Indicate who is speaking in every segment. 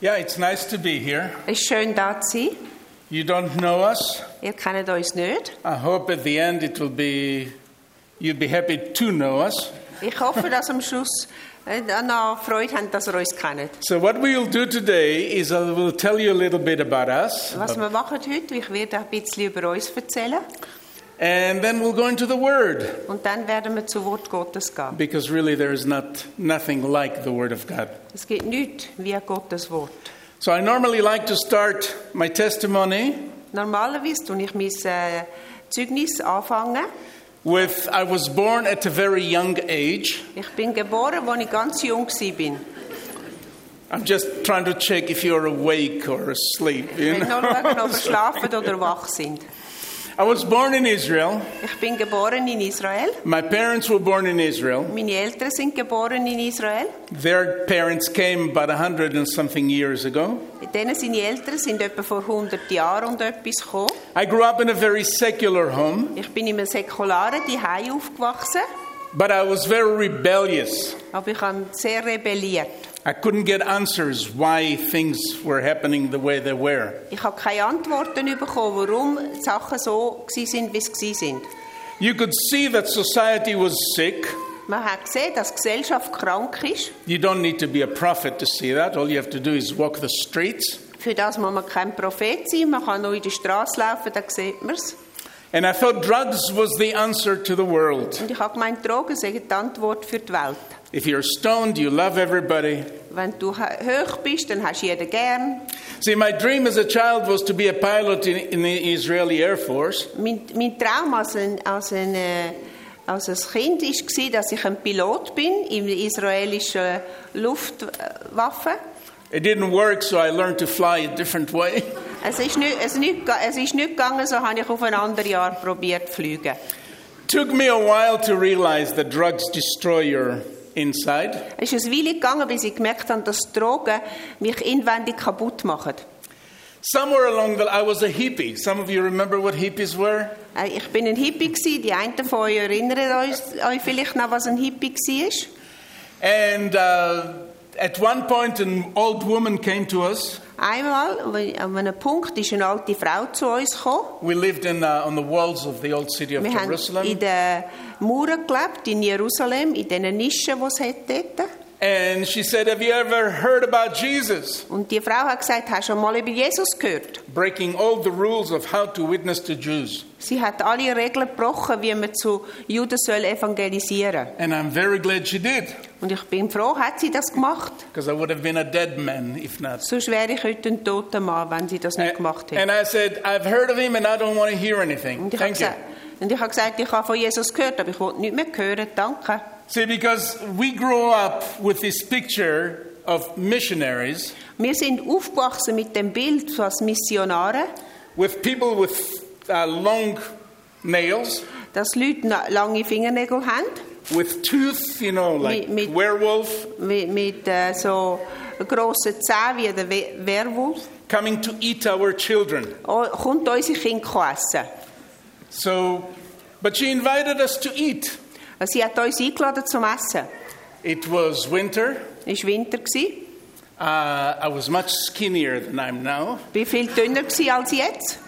Speaker 1: Yeah, it's nice to be here.
Speaker 2: Es ist schön, da zu sein.
Speaker 1: You don't know us.
Speaker 2: Ihr kennt uns nicht.
Speaker 1: I hope at the end it will be, you'll be happy to know us.
Speaker 2: Ich hoffe, dass am Schluss äh, noch Freude haben, dass ihr uns kennt.
Speaker 1: So, what we'll do today is I will tell you a little bit about us,
Speaker 2: Was wir machen heute, ich werde ein bisschen über uns erzählen
Speaker 1: and then we'll go into the Word,
Speaker 2: und dann werden wir zu Wort Gottes gehen.
Speaker 1: because really there is not, nothing like the Word of God.
Speaker 2: Es gibt nichts wie Gottes Wort.
Speaker 1: So, I normally like to start my testimony
Speaker 2: Normalerweise tun ich mein äh, Zeugnis anfangen.
Speaker 1: with I was born at a very young age.
Speaker 2: Ich bin geboren, als ich ganz jung war.
Speaker 1: I'm just trying to check if you're awake or asleep.
Speaker 2: Ich
Speaker 1: You
Speaker 2: will nur schauen, ob ihr
Speaker 1: know?
Speaker 2: schlafen oder wach sind.
Speaker 1: I was born in Israel.
Speaker 2: Ich bin geboren in Israel.
Speaker 1: My parents were born in Israel.
Speaker 2: Meine Eltern sind geboren in Israel.
Speaker 1: Their parents came about a hundred and something years ago.
Speaker 2: Denen seine Eltern sind etwa vor 100 Jahren und etwas gekommen.
Speaker 1: I grew up in a very secular home,
Speaker 2: Ich bin in einem säkularen Zuhause aufgewachsen,
Speaker 1: but I was very rebellious.
Speaker 2: aber ich habe sehr rebelliert.
Speaker 1: I couldn't get answers why things were happening the way they were.
Speaker 2: Ich habe keine Antworten bekommen, warum die Sachen so gsi sind, wie sie gsi sind.
Speaker 1: You could see that society was sick.
Speaker 2: Man hat gesehen, dass die Gesellschaft krank ist.
Speaker 1: You don't need to be a prophet to see that. All you have to do is walk the streets.
Speaker 2: Für das muss man kein Prophet sein, man kann nur in die Straße laufen, dann sieht man es.
Speaker 1: And I thought drugs was the answer to the world.
Speaker 2: Und ich habe gemeint, Drogen seien die Antwort für die Welt.
Speaker 1: If you're stoned, you love everybody.
Speaker 2: Wenn du ha- hoch bist, dann hast du jeden gern.
Speaker 1: See, my dream as a child was to be a pilot in, in the Israeli Air Force.
Speaker 2: Mein, mein Traum als ein, als ein, äh, als ein Kind war, dass ich ein Pilot bin in der israelischen Luftwaffe.
Speaker 1: It didn't work, so I learned to fly a different way.
Speaker 2: Es ist nicht, es, nicht, ga- es ist nicht gegangen, so habe ich auf ein anderes Jahr probiert zu fliegen.
Speaker 1: Took me a while to realize that drugs destroy your inside.
Speaker 2: Es ist eine Weile gegangen, bis ich gemerkt habe, dass Drogen mich inwendig kaputt machen.
Speaker 1: Somewhere along the I was a hippie. Some of you remember what hippies were?
Speaker 2: Äh, Ich bin ein Hippie gsi. Die einen von euch erinnern euch, euch vielleicht noch, was ein Hippie war.
Speaker 1: And uh, at one point, an old woman came to us.
Speaker 2: Einmal, an einem Punkt, ist eine alte Frau zu uns gekommen.
Speaker 1: We lived in, uh, on the walls of the old city of
Speaker 2: Wir haben in
Speaker 1: Jerusalem.
Speaker 2: den Mauern gelebt, in Jerusalem, in diesen Nischen, die es hat dort.
Speaker 1: And she said, Have you ever heard about Jesus?
Speaker 2: Und die Frau hat gesagt, hast du schon mal über Jesus gehört?
Speaker 1: Breaking all the rules of how to witness to Jews.
Speaker 2: Sie hat alle Regeln gebrochen, wie man zu Juden soll evangelisieren soll.
Speaker 1: And I'm very glad she did,
Speaker 2: Und ich bin froh, hat sie das gemacht.
Speaker 1: because I would have been a dead man if not.
Speaker 2: Sonst wäre ich heute ein toter Mann, wenn sie das
Speaker 1: Äh,
Speaker 2: nicht gemacht hätte.
Speaker 1: Eh, And I said, I've heard of him and I don't want to hear anything.
Speaker 2: Und ich, habe
Speaker 1: Thank you.
Speaker 2: gesagt, und ich habe gesagt, ich habe von Jesus gehört, aber ich wollte nicht mehr hören, danke.
Speaker 1: See, because we grow up with this picture of missionaries,
Speaker 2: Wir sind aufgewachsen mit dem Bild als Missionare,
Speaker 1: with people with uh, long nails,
Speaker 2: dass Leute na- lange Fingernägel haben,
Speaker 1: with tooth, you know, like
Speaker 2: Me- me-
Speaker 1: werewolf,
Speaker 2: mit, mit äh, so grossen Zähnen wie der We- Werwolf.
Speaker 1: coming to eat our children.
Speaker 2: Oh, kommt unsere Kinder essen.
Speaker 1: So, but she invited us to eat.
Speaker 2: Also Sie hat uns eingeladen zum Essen.
Speaker 1: It was winter.
Speaker 2: Es war Winter. Ich
Speaker 1: Uh, I was much skinnier than I'm now.
Speaker 2: war viel dünner gewesen als jetzt.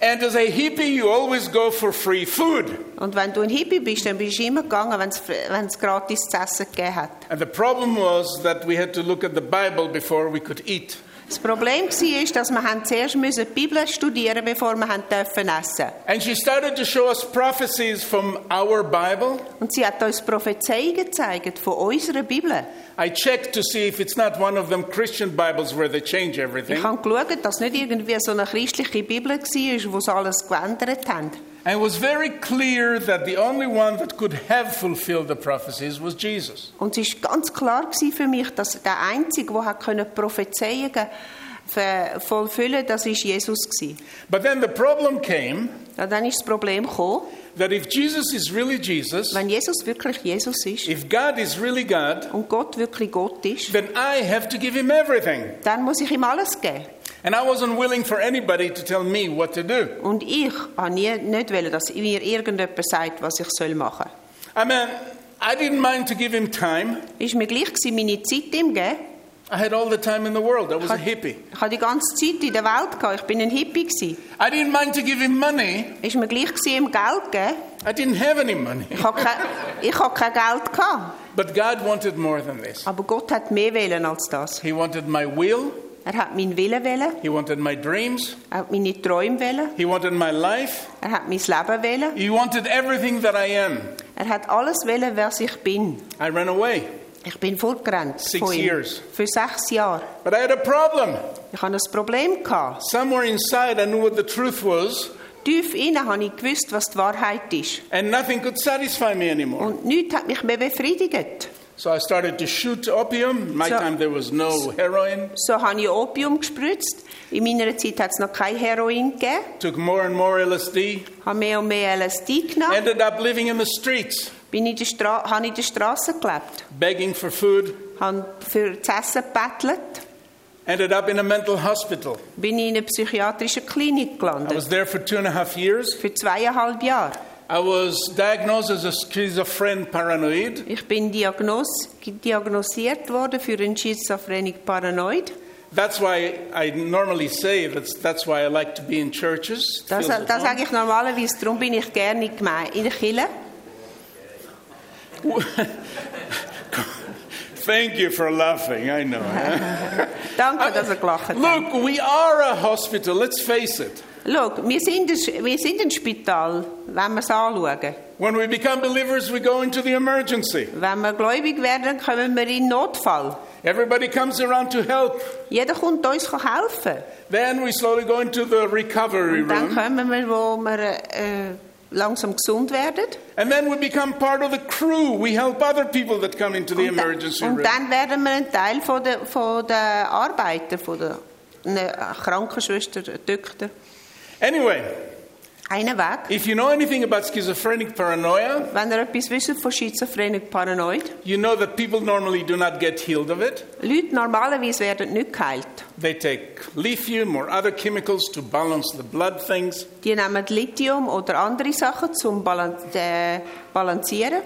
Speaker 1: And as a hippie, you always go for free food.
Speaker 2: Und wenn du ein Hippie bist, dann bist du immer gegangen, wenn es fr- wenn es gratis zu essen gegeben hat.
Speaker 1: And the problem was that we had to look at the Bible before we could eat.
Speaker 2: Das Problem war, dass wir haben zuerst müssen die Bibel studieren mussten, bevor wir haben dürfen essen
Speaker 1: And she started to show us prophecies from our Bible.
Speaker 2: Und sie hat uns Prophezeien gezeigt von unserer Bibel.
Speaker 1: I checked to see if it's not one of them Christian Bibles where they change
Speaker 2: Ich
Speaker 1: everything.
Speaker 2: habe geschaut, dass nicht irgendwie so eine christliche Bibel war, wo sie alles geändert haben.
Speaker 1: And it was very clear that the only one that could have fulfilled the prophecies was Jesus.
Speaker 2: Und es war ganz klar gewesen für mich, dass der Einzige, der hat können Prophezeien ver- vollfüllen konnte, das war Jesus. gewesen.
Speaker 1: But then the problem came
Speaker 2: Und dann ist das Problem gekommen,
Speaker 1: that if Jesus is really Jesus,
Speaker 2: wenn Jesus wirklich Jesus ist
Speaker 1: if God is really God,
Speaker 2: und Gott wirklich Gott ist,
Speaker 1: then I have to give him everything.
Speaker 2: dann muss ich ihm alles geben.
Speaker 1: And I wasn't willing for anybody to tell me what to do.
Speaker 2: Und ich wollte nie, nicht, wollen, dass mir irgendjemand sagt, was ich soll machen soll.
Speaker 1: I mean, I didn't mind to give him time.
Speaker 2: Es war mir gleich, gewesen, meine Zeit ihm zu geben.
Speaker 1: I had all the time in the world. I was a hippie.
Speaker 2: Ich hatte die ganze Zeit in der Welt. Gehabt. Ich bin ein Hippie. Gewesen.
Speaker 1: I didn't mind to give him money.
Speaker 2: Ist mir gleich gewesen, ihm Geld geben.
Speaker 1: I didn't have any money.
Speaker 2: Ich habe kein, ich habe kein Geld. Gehabt.
Speaker 1: But God wanted more than this.
Speaker 2: Aber Gott hat mehr wollen als das.
Speaker 1: He wanted my will.
Speaker 2: Er hat meinen Willen wollen.
Speaker 1: He wanted my dreams.
Speaker 2: Er hat meine Träume wollen.
Speaker 1: He wanted my life.
Speaker 2: Er hat mein Leben wollen.
Speaker 1: He wanted everything that I am.
Speaker 2: Er hat alles wollen, was ich bin.
Speaker 1: I ran away.
Speaker 2: Ich bin fortgerannt
Speaker 1: Six
Speaker 2: von ihm.
Speaker 1: years.
Speaker 2: Für sechs Jahre.
Speaker 1: But I had a problem.
Speaker 2: Ich hatte ein Problem. Gehabt.
Speaker 1: Somewhere inside, I knew what the truth was,
Speaker 2: Tief innen habe ich gewusst, was die Wahrheit ist.
Speaker 1: and nothing could satisfy me anymore.
Speaker 2: Und nichts hat mich mehr befriedigt.
Speaker 1: So I started to shoot opium. My
Speaker 2: So-
Speaker 1: time there was no heroin.
Speaker 2: So habe ich Opium gespritzt. In meiner Zeit hat es noch kein Heroin gegeben.
Speaker 1: Took more and more LSD.
Speaker 2: Habe mehr und mehr LSD genommen.
Speaker 1: Ended up living in the streets,
Speaker 2: Bin in der Stra habe in der Straße gelebt.
Speaker 1: begging for food.
Speaker 2: Habe für das Essen gebettelt.
Speaker 1: Ended up in a mental hospital.
Speaker 2: Bin in einer psychiatrischen Klinik
Speaker 1: I
Speaker 2: gelandet.
Speaker 1: was there for two and a half years.
Speaker 2: Für zweieinhalb Jahre.
Speaker 1: I was diagnosed as a schizophrenic paranoid.
Speaker 2: Ich bin diagnos diagnosiert worden für einen schizophrenik Paranoid.
Speaker 1: That's why I normally say that's, that's why I like to be in churches. It
Speaker 2: Das,
Speaker 1: feels at
Speaker 2: das
Speaker 1: home.
Speaker 2: sage ich normalerweise, darum bin ich gerne in Geme- in der Kirche.
Speaker 1: Thank you for laughing, I know. huh?
Speaker 2: Danke, dass ihr gelacht habt.
Speaker 1: Look, we are a hospital, let's face it.
Speaker 2: Schau, wir sind, ein- wir sind ein Spital, wenn wir es anschauen.
Speaker 1: When we become believers, we go into the emergency.
Speaker 2: Wenn wir gläubig werden, kommen wir in Notfall.
Speaker 1: Everybody comes around to help.
Speaker 2: Jeder kommt uns helfen.
Speaker 1: Then we slowly go into the recovery
Speaker 2: Und dann
Speaker 1: room.
Speaker 2: kommen wir, wo wir äh, äh, langsam gesund werden.
Speaker 1: And then we become part of the crew. We help other people that come into the
Speaker 2: Und, da-
Speaker 1: emergency
Speaker 2: und
Speaker 1: room.
Speaker 2: dann werden wir ein Teil von der, von der Arbeiter, von der ne, Krankenschwester, Doktor.
Speaker 1: Anyway,
Speaker 2: Einen Weg.
Speaker 1: if you know anything about schizophrenic paranoia,
Speaker 2: Wenn ihr etwas wisst von Schizophrenik Paranoid,
Speaker 1: you know that people normally do not get healed of it.
Speaker 2: Leute normalerweise werden nicht geheilt.
Speaker 1: They take lithium or other chemicals to balance the blood things.
Speaker 2: Die nehmen Lithium oder andere Sachen zum Balan äh, Balancieren.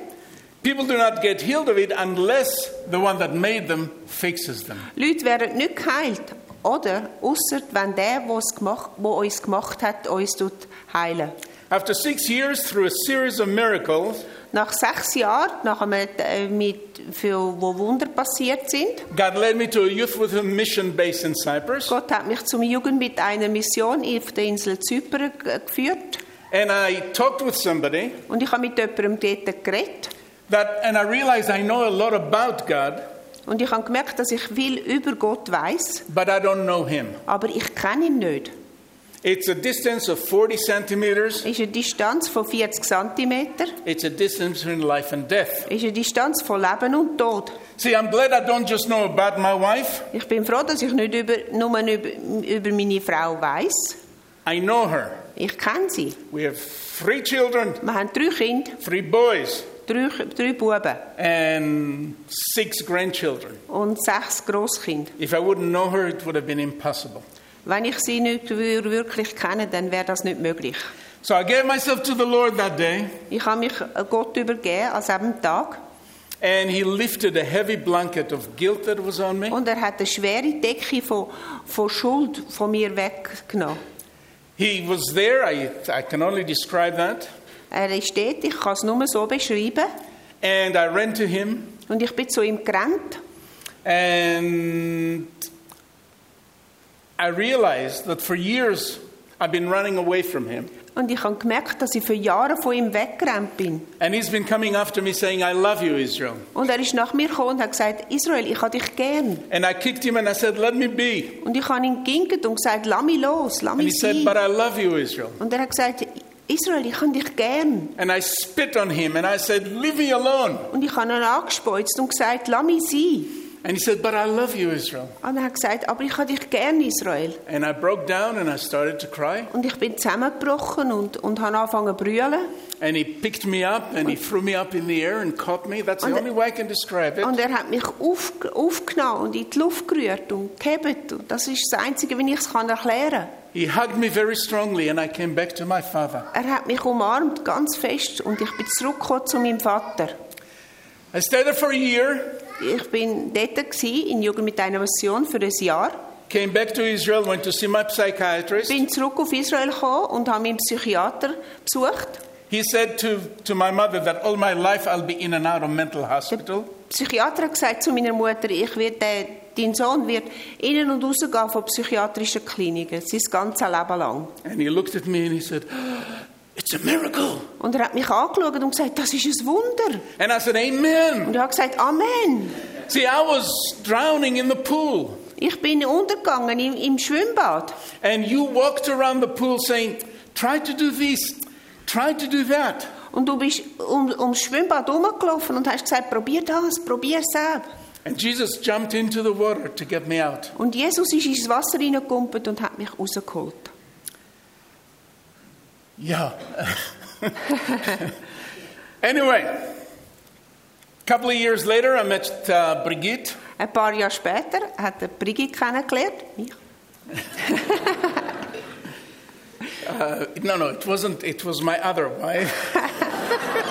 Speaker 1: People do not get healed of it unless the one that made them fixes them.
Speaker 2: Leute werden nicht geheilt. Oder, außer wenn der, der es gemacht- der uns gemacht hat, uns tut heilen.
Speaker 1: After six years, through a series of miracles,
Speaker 2: Nach sechs Jahren, nach einem, äh, mit, für, wo Wunder passiert sind,
Speaker 1: God led me to a youth with a mission base in Cyprus,
Speaker 2: Gott hat mich zum Jugend mit einer Mission auf der Insel Zypern g- geführt.
Speaker 1: and I talked with somebody
Speaker 2: Und ich habe mit jemandem dort geredet.
Speaker 1: that, and I realized I know a lot about God,
Speaker 2: Und ich habe gemerkt, dass ich viel über Gott weiß,
Speaker 1: but I don't know Him.
Speaker 2: aber ich kenne ihn nicht.
Speaker 1: It's a distance of 40 centimeters.
Speaker 2: Es ist eine Distanz von 40 cm,
Speaker 1: It's a distance between life and death.
Speaker 2: ist eine Distanz von Leben und Tod.
Speaker 1: See, I'm glad I don't just know about my wife.
Speaker 2: Ich bin froh, dass ich nicht über, nur über, über meine Frau weiß.
Speaker 1: I know her.
Speaker 2: Ich kenne sie.
Speaker 1: We have three children,
Speaker 2: Wir haben drei Kinder,
Speaker 1: three boys,
Speaker 2: drei, drei Buben
Speaker 1: and six grandchildren.
Speaker 2: und sechs Grosskinder.
Speaker 1: If I wouldn't know her, it would have been impossible.
Speaker 2: Wenn ich sie nicht wür- wirklich kenne, dann wäre das nicht möglich.
Speaker 1: So I gave myself to the Lord that day,
Speaker 2: Ich habe mich äh, Gott übergeben an diesem Tag
Speaker 1: and He lifted a heavy blanket of guilt that was on me.
Speaker 2: und er hat eine schwere Decke von, von Schuld von mir weggenommen.
Speaker 1: He was there, I, I can only describe that.
Speaker 2: Er ist dort, ich kann es nur so beschreiben.
Speaker 1: And I ran to Him,
Speaker 2: Und ich bin zu ihm gerannt
Speaker 1: and I realized that for years I've been running away from Him.
Speaker 2: und ich habe gemerkt, dass ich für Jahre von ihm weggerannt bin.
Speaker 1: And He's been coming after me saying, I love you, Israel.
Speaker 2: Und er ist nach mir gekommen und hat gesagt, Israel, ich habe dich gern.
Speaker 1: And I kicked him and I said, Let me be.
Speaker 2: Und ich habe ihn geginkt und gesagt, lass mich los, lass
Speaker 1: And he
Speaker 2: mich
Speaker 1: said,
Speaker 2: sein.
Speaker 1: But I love you, Israel.
Speaker 2: Und er hat gesagt, Israel, ich habe dich gern.
Speaker 1: And I spit on him and I said, Leave me alone.
Speaker 2: Und ich habe ihn angespeuzt und gesagt, lass mich sein.
Speaker 1: And he said, But I love you, Israel.
Speaker 2: Und er hat gesagt, aber ich habe dich gern, Israel.
Speaker 1: And I broke down and I started to cry.
Speaker 2: Und ich bin zusammengebrochen und, und habe angefangen zu brüllen.
Speaker 1: And he picked me up and he threw me up in the air and caught me. That's the
Speaker 2: Und-
Speaker 1: only way I can describe it.
Speaker 2: Und er hat mich auf, aufgenommen und in die Luft gerührt und gehebt. Und das ist das Einzige, wie ich es kann erklären kann.
Speaker 1: He hugged me very strongly and I came back to my father.
Speaker 2: Er hat mich umarmt, ganz fest, und ich bin zurückgekommen zu meinem Vater.
Speaker 1: I stayed there for a year
Speaker 2: ich bin dort gewesen, in Jugend mit einer Mission für ein Jahr.
Speaker 1: Came back to Israel, went to see my psychiatrist.
Speaker 2: Bin zurück auf Israel gekommen und habe meinen Psychiater besucht.
Speaker 1: He said to, to my mother that all my life I'll be in and out of mental hospital.
Speaker 2: Der Psychiater hat gesagt zu meiner Mutter, ich werde, äh, dein Sohn wird innen und rausgehen von psychiatrischen Kliniken, sein ganzes Leben lang.
Speaker 1: And he looked at me and he said, "Ah, It's a miracle.
Speaker 2: Und er hat mich angeschaut und gesagt, das ist ein Wunder.
Speaker 1: And I said, Amen.
Speaker 2: Und ich habe gesagt, Amen.
Speaker 1: See, I was drowning in the pool.
Speaker 2: Ich bin untergegangen im, im Schwimmbad.
Speaker 1: And you walked around the pool saying, Try to do this, try to do that.
Speaker 2: Und du bist um, ums Schwimmbad herumgelaufen und hast gesagt, probier das, probier das.
Speaker 1: And Jesus jumped into the water to get me out.
Speaker 2: Und Jesus ist ins Wasser hineingekumpelt und hat mich rausgeholt.
Speaker 1: Yeah. anyway, couple of years later, I met uh, Brigitte.
Speaker 2: Ein paar Jahre später hat er Brigitte kennengelernt, mich.
Speaker 1: Uh, no, no, it wasn't. It was my other wife.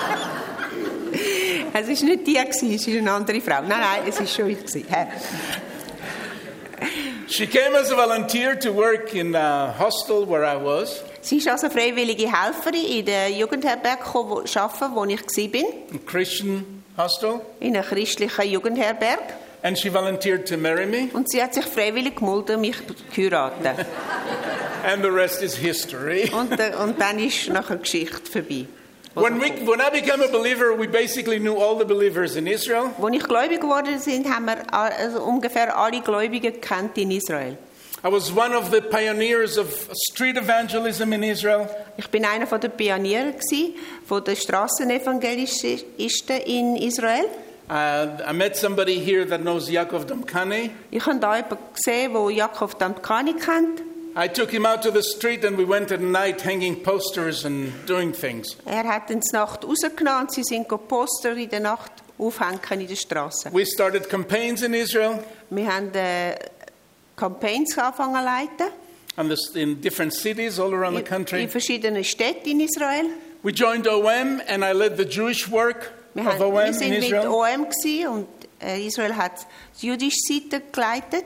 Speaker 2: Es war nicht die, gewesen, es war eine andere Frau. Nein, nein, es war schon ich. gewesen. Hä?
Speaker 1: She came as a volunteer to work in a hostel where I was,
Speaker 2: Sie ist also freiwillige Helferin in der Jugendherberge gekommen, wo, arbeiten, wo ich war.
Speaker 1: a Christian hostel,
Speaker 2: In einer christlichen Jugendherberge.
Speaker 1: and she volunteered to marry me.
Speaker 2: Und sie hat sich freiwillig gemuldet, mich zu heiraten.
Speaker 1: And the rest is history.
Speaker 2: Und, äh, und dann ist nachher die Geschichte vorbei.
Speaker 1: When, we, when I became a believer, we basically knew all the believers in Israel.
Speaker 2: Als ich gläubig geworden bin, haben wir a- also ungefähr alle Gläubigen gekannt in Israel.
Speaker 1: I was one of the pioneers of street evangelism in Israel.
Speaker 2: Ich bin einer der Pioniere gsi, von der Straßenevangelisten in Israel.
Speaker 1: Uh, I met somebody here that knows Yaakov Damkani.
Speaker 2: Ich habe da jemanden gesehen, der Jakob Damkani kennt.
Speaker 1: I took him out to the street and we went at night hanging posters and doing things.
Speaker 2: Er hat ihn zur Nacht rausgenommen und sie sind go Poster in der Nacht aufhängen in der Straße.
Speaker 1: We started campaigns in Israel
Speaker 2: Wir haben äh, Campaigns angefangen zu leiten.
Speaker 1: and this, in different cities all around the
Speaker 2: In, in
Speaker 1: country.
Speaker 2: verschiedenen Städten in Israel.
Speaker 1: We joined OM and I led the Jewish work
Speaker 2: Wir,
Speaker 1: of
Speaker 2: haben, wir
Speaker 1: OM in
Speaker 2: sind mit
Speaker 1: Israel.
Speaker 2: OM gsi und äh, Israel hat die jüdische Seite geleitet.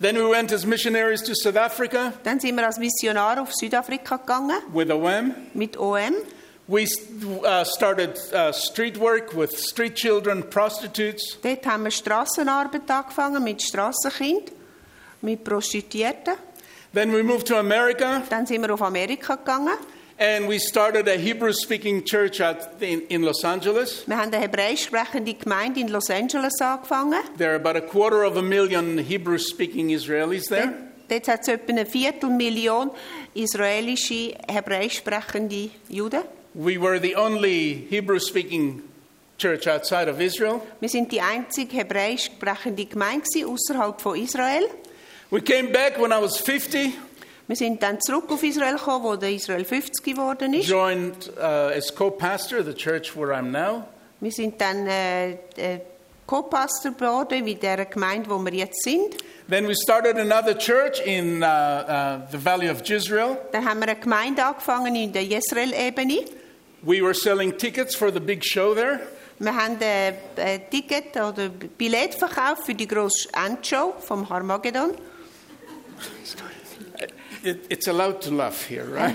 Speaker 1: Then we went as missionaries to South Africa
Speaker 2: Dann sind wir als Missionar auf Südafrika gegangen
Speaker 1: with OM.
Speaker 2: mit OM.
Speaker 1: We uh, started uh, street work with street children, prostitutes.
Speaker 2: Dort haben wir Strassenarbeit angefangen mit Strassenkind, mit Prostituierten.
Speaker 1: Then we moved to America
Speaker 2: Dann sind wir auf Amerika gegangen.
Speaker 1: and we started a Hebrew speaking church out in, in Los Angeles.
Speaker 2: Wir haben eine hebräisch sprechende Gemeinde in Los Angeles angefangen.
Speaker 1: There are about a quarter of a million Hebrew speaking Israelis
Speaker 2: Dort,
Speaker 1: there.
Speaker 2: dort hat es etwa eine Viertelmillion israelische, hebräisch sprechende Juden.
Speaker 1: We were the only Hebrew speaking church outside of Israel.
Speaker 2: Wir sind die einzige hebräisch sprechende Gemeinde außerhalb von Israel.
Speaker 1: We came back when I was 50,
Speaker 2: Wir sind dann zurück auf Israel gekommen, wo der Israel 50 geworden ist.
Speaker 1: joined uh, as co pastor the church where I'm now.
Speaker 2: Wir sind dann äh, äh, Co-Pastor geworden mit der Gemeinde, wo wir jetzt sind.
Speaker 1: Then we started another church in uh, uh, the Valley of Jezreel.
Speaker 2: Dann haben wir eine Gemeinde angefangen in der Israel-Ebene.
Speaker 1: We were selling tickets for the big show there.
Speaker 2: Wir haben ein äh, Ticket oder Billett verkauft für die grosse Endshow vom Harmagedon.
Speaker 1: It, it's allowed to laugh here, right?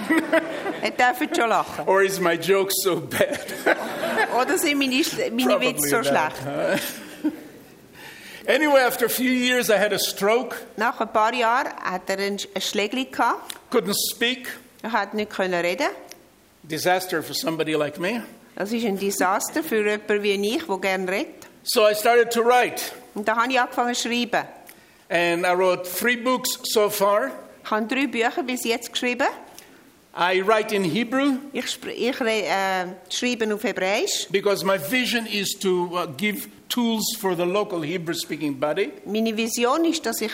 Speaker 2: Ihr dürft schon lachen.
Speaker 1: or is my joke so bad?
Speaker 2: Oder sind meine, Sch- meine
Speaker 1: Probably
Speaker 2: Witze so
Speaker 1: not,
Speaker 2: schlecht?
Speaker 1: huh? anyway, after a few years, I had a stroke,
Speaker 2: Nach ein paar Jahren hat er einen Sch- ein Schlägli gehabt.
Speaker 1: couldn't speak.
Speaker 2: Er hat nicht können reden.
Speaker 1: Disaster for somebody like me.
Speaker 2: Das ist ein Desaster für jemanden wie ich, der gerne redet.
Speaker 1: So I started to write,
Speaker 2: Und da habe ich angefangen zu schreiben.
Speaker 1: and I wrote three books so far.
Speaker 2: Ich habe drei Bücher bis jetzt geschrieben.
Speaker 1: I write in Hebrew
Speaker 2: Ich, spr- ich re- äh, schreibe auf Hebräisch.
Speaker 1: because my vision is to uh, give tools for the local Hebrew speaking body.
Speaker 2: Meine Vision ist, dass ich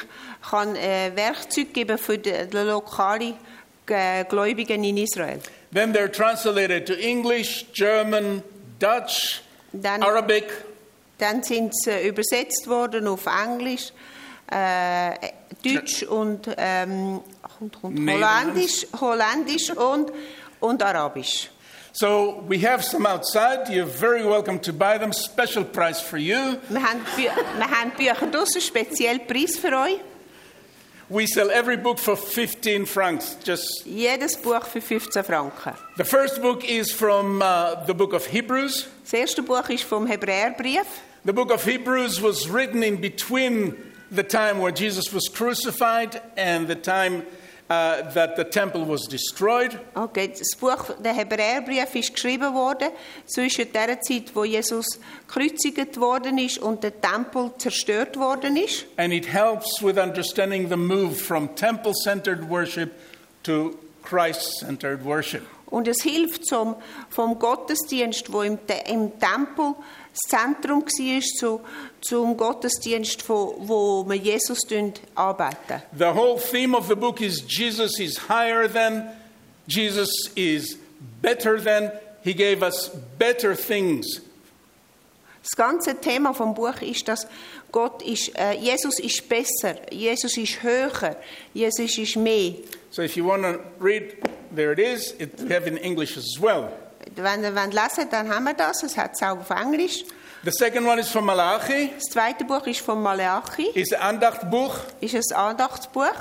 Speaker 2: kann, äh, Werkzeuge geben für die, die lokalen äh, Gläubigen in Israel.
Speaker 1: Then they're translated to English, German, Dutch,
Speaker 2: Then-
Speaker 1: Arabic.
Speaker 2: Dann sind sie äh, übersetzt worden auf Englisch, äh, Deutsch und, ähm, und, und
Speaker 1: Niederländisch.
Speaker 2: Holländisch, Holländisch und, und Arabisch.
Speaker 1: So we have some outside. You're very welcome to buy them. Special price for you.
Speaker 2: Wir haben, Bü wir haben Bücher draussen, speziell Preis für euch.
Speaker 1: We sell every book for 15 francs. Just
Speaker 2: Jedes Buch für 15 Franken.
Speaker 1: the first book is from uh, the book of Hebrews.
Speaker 2: Das erste Buch ist vom Hebräerbrief.
Speaker 1: The book of Hebrews was written in between the time where Jesus was crucified and the time uh, that the temple was destroyed.
Speaker 2: Okay, das Buch, der Hebräerbrief ist geschrieben worden zwischen der Zeit, wo Jesus gekreuzigt worden ist und der Tempel zerstört worden ist.
Speaker 1: And it helps with understanding the move from temple centered worship to Christ centered worship.
Speaker 2: Und es hilft zum, vom Gottesdienst, wo im, Te- im Tempel das Zentrum war, zu, zum Gottesdienst, wo, wo wir Jesus arbeiten.
Speaker 1: The whole theme of the book is Jesus is higher than, Jesus is better than. He gave us better things.
Speaker 2: Das ganze Thema vom Buch ist, dass Gott ist, äh, Jesus ist besser, Jesus ist höher, Jesus ist mehr.
Speaker 1: So if you want to read, there it is. It, we have in English as well.
Speaker 2: Wenn ihr wollt lesen dann haben wir das. Es hat es auch auf Englisch.
Speaker 1: The second one is from Malachi.
Speaker 2: Das zweite Buch ist von Malachi,
Speaker 1: It's Andachtbuch.
Speaker 2: ist ein Andachtsbuch.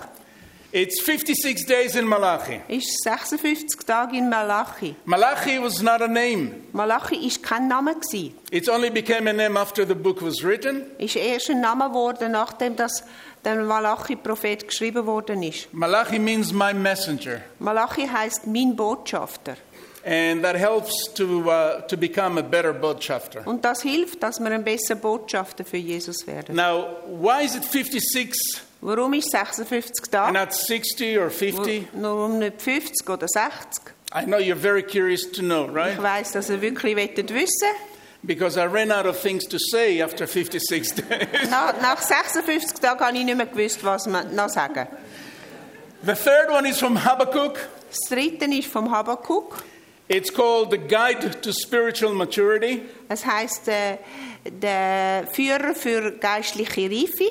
Speaker 1: It's 56 days in Malachi.
Speaker 2: Ist 56 Tage in Malachi.
Speaker 1: Malachi was not a name.
Speaker 2: Malachi ist kein Name gewesen.
Speaker 1: It only became a name after the book was written.
Speaker 2: Ist erst ein Name geworden, nachdem das der Malachi-Prophet geschrieben worden ist.
Speaker 1: Malachi means my messenger,
Speaker 2: Malachi heißt mein Botschafter.
Speaker 1: and that helps to, uh, to become a better Botschafter.
Speaker 2: Und das hilft, dass wir ein besserer Botschafter für Jesus werden.
Speaker 1: Now, why is it 56
Speaker 2: Warum ist 56
Speaker 1: and
Speaker 2: Tage?
Speaker 1: not 60 or 50?
Speaker 2: Warum um nicht 50 oder 60?
Speaker 1: I know you're very curious to know, right?
Speaker 2: Ich weiß, dass ihr wirklich wissen wollt.
Speaker 1: Because I ran out of things to say after 56 days.
Speaker 2: Nach, nach 56 Tagen habe ich nicht mehr gewusst, was man noch sagen.
Speaker 1: the third one is from Habakkuk.
Speaker 2: Das dritte ist vom Habakkuk.
Speaker 1: It's called The Guide to Spiritual Maturity.
Speaker 2: Es heißt äh, der Führer für geistliche Reife.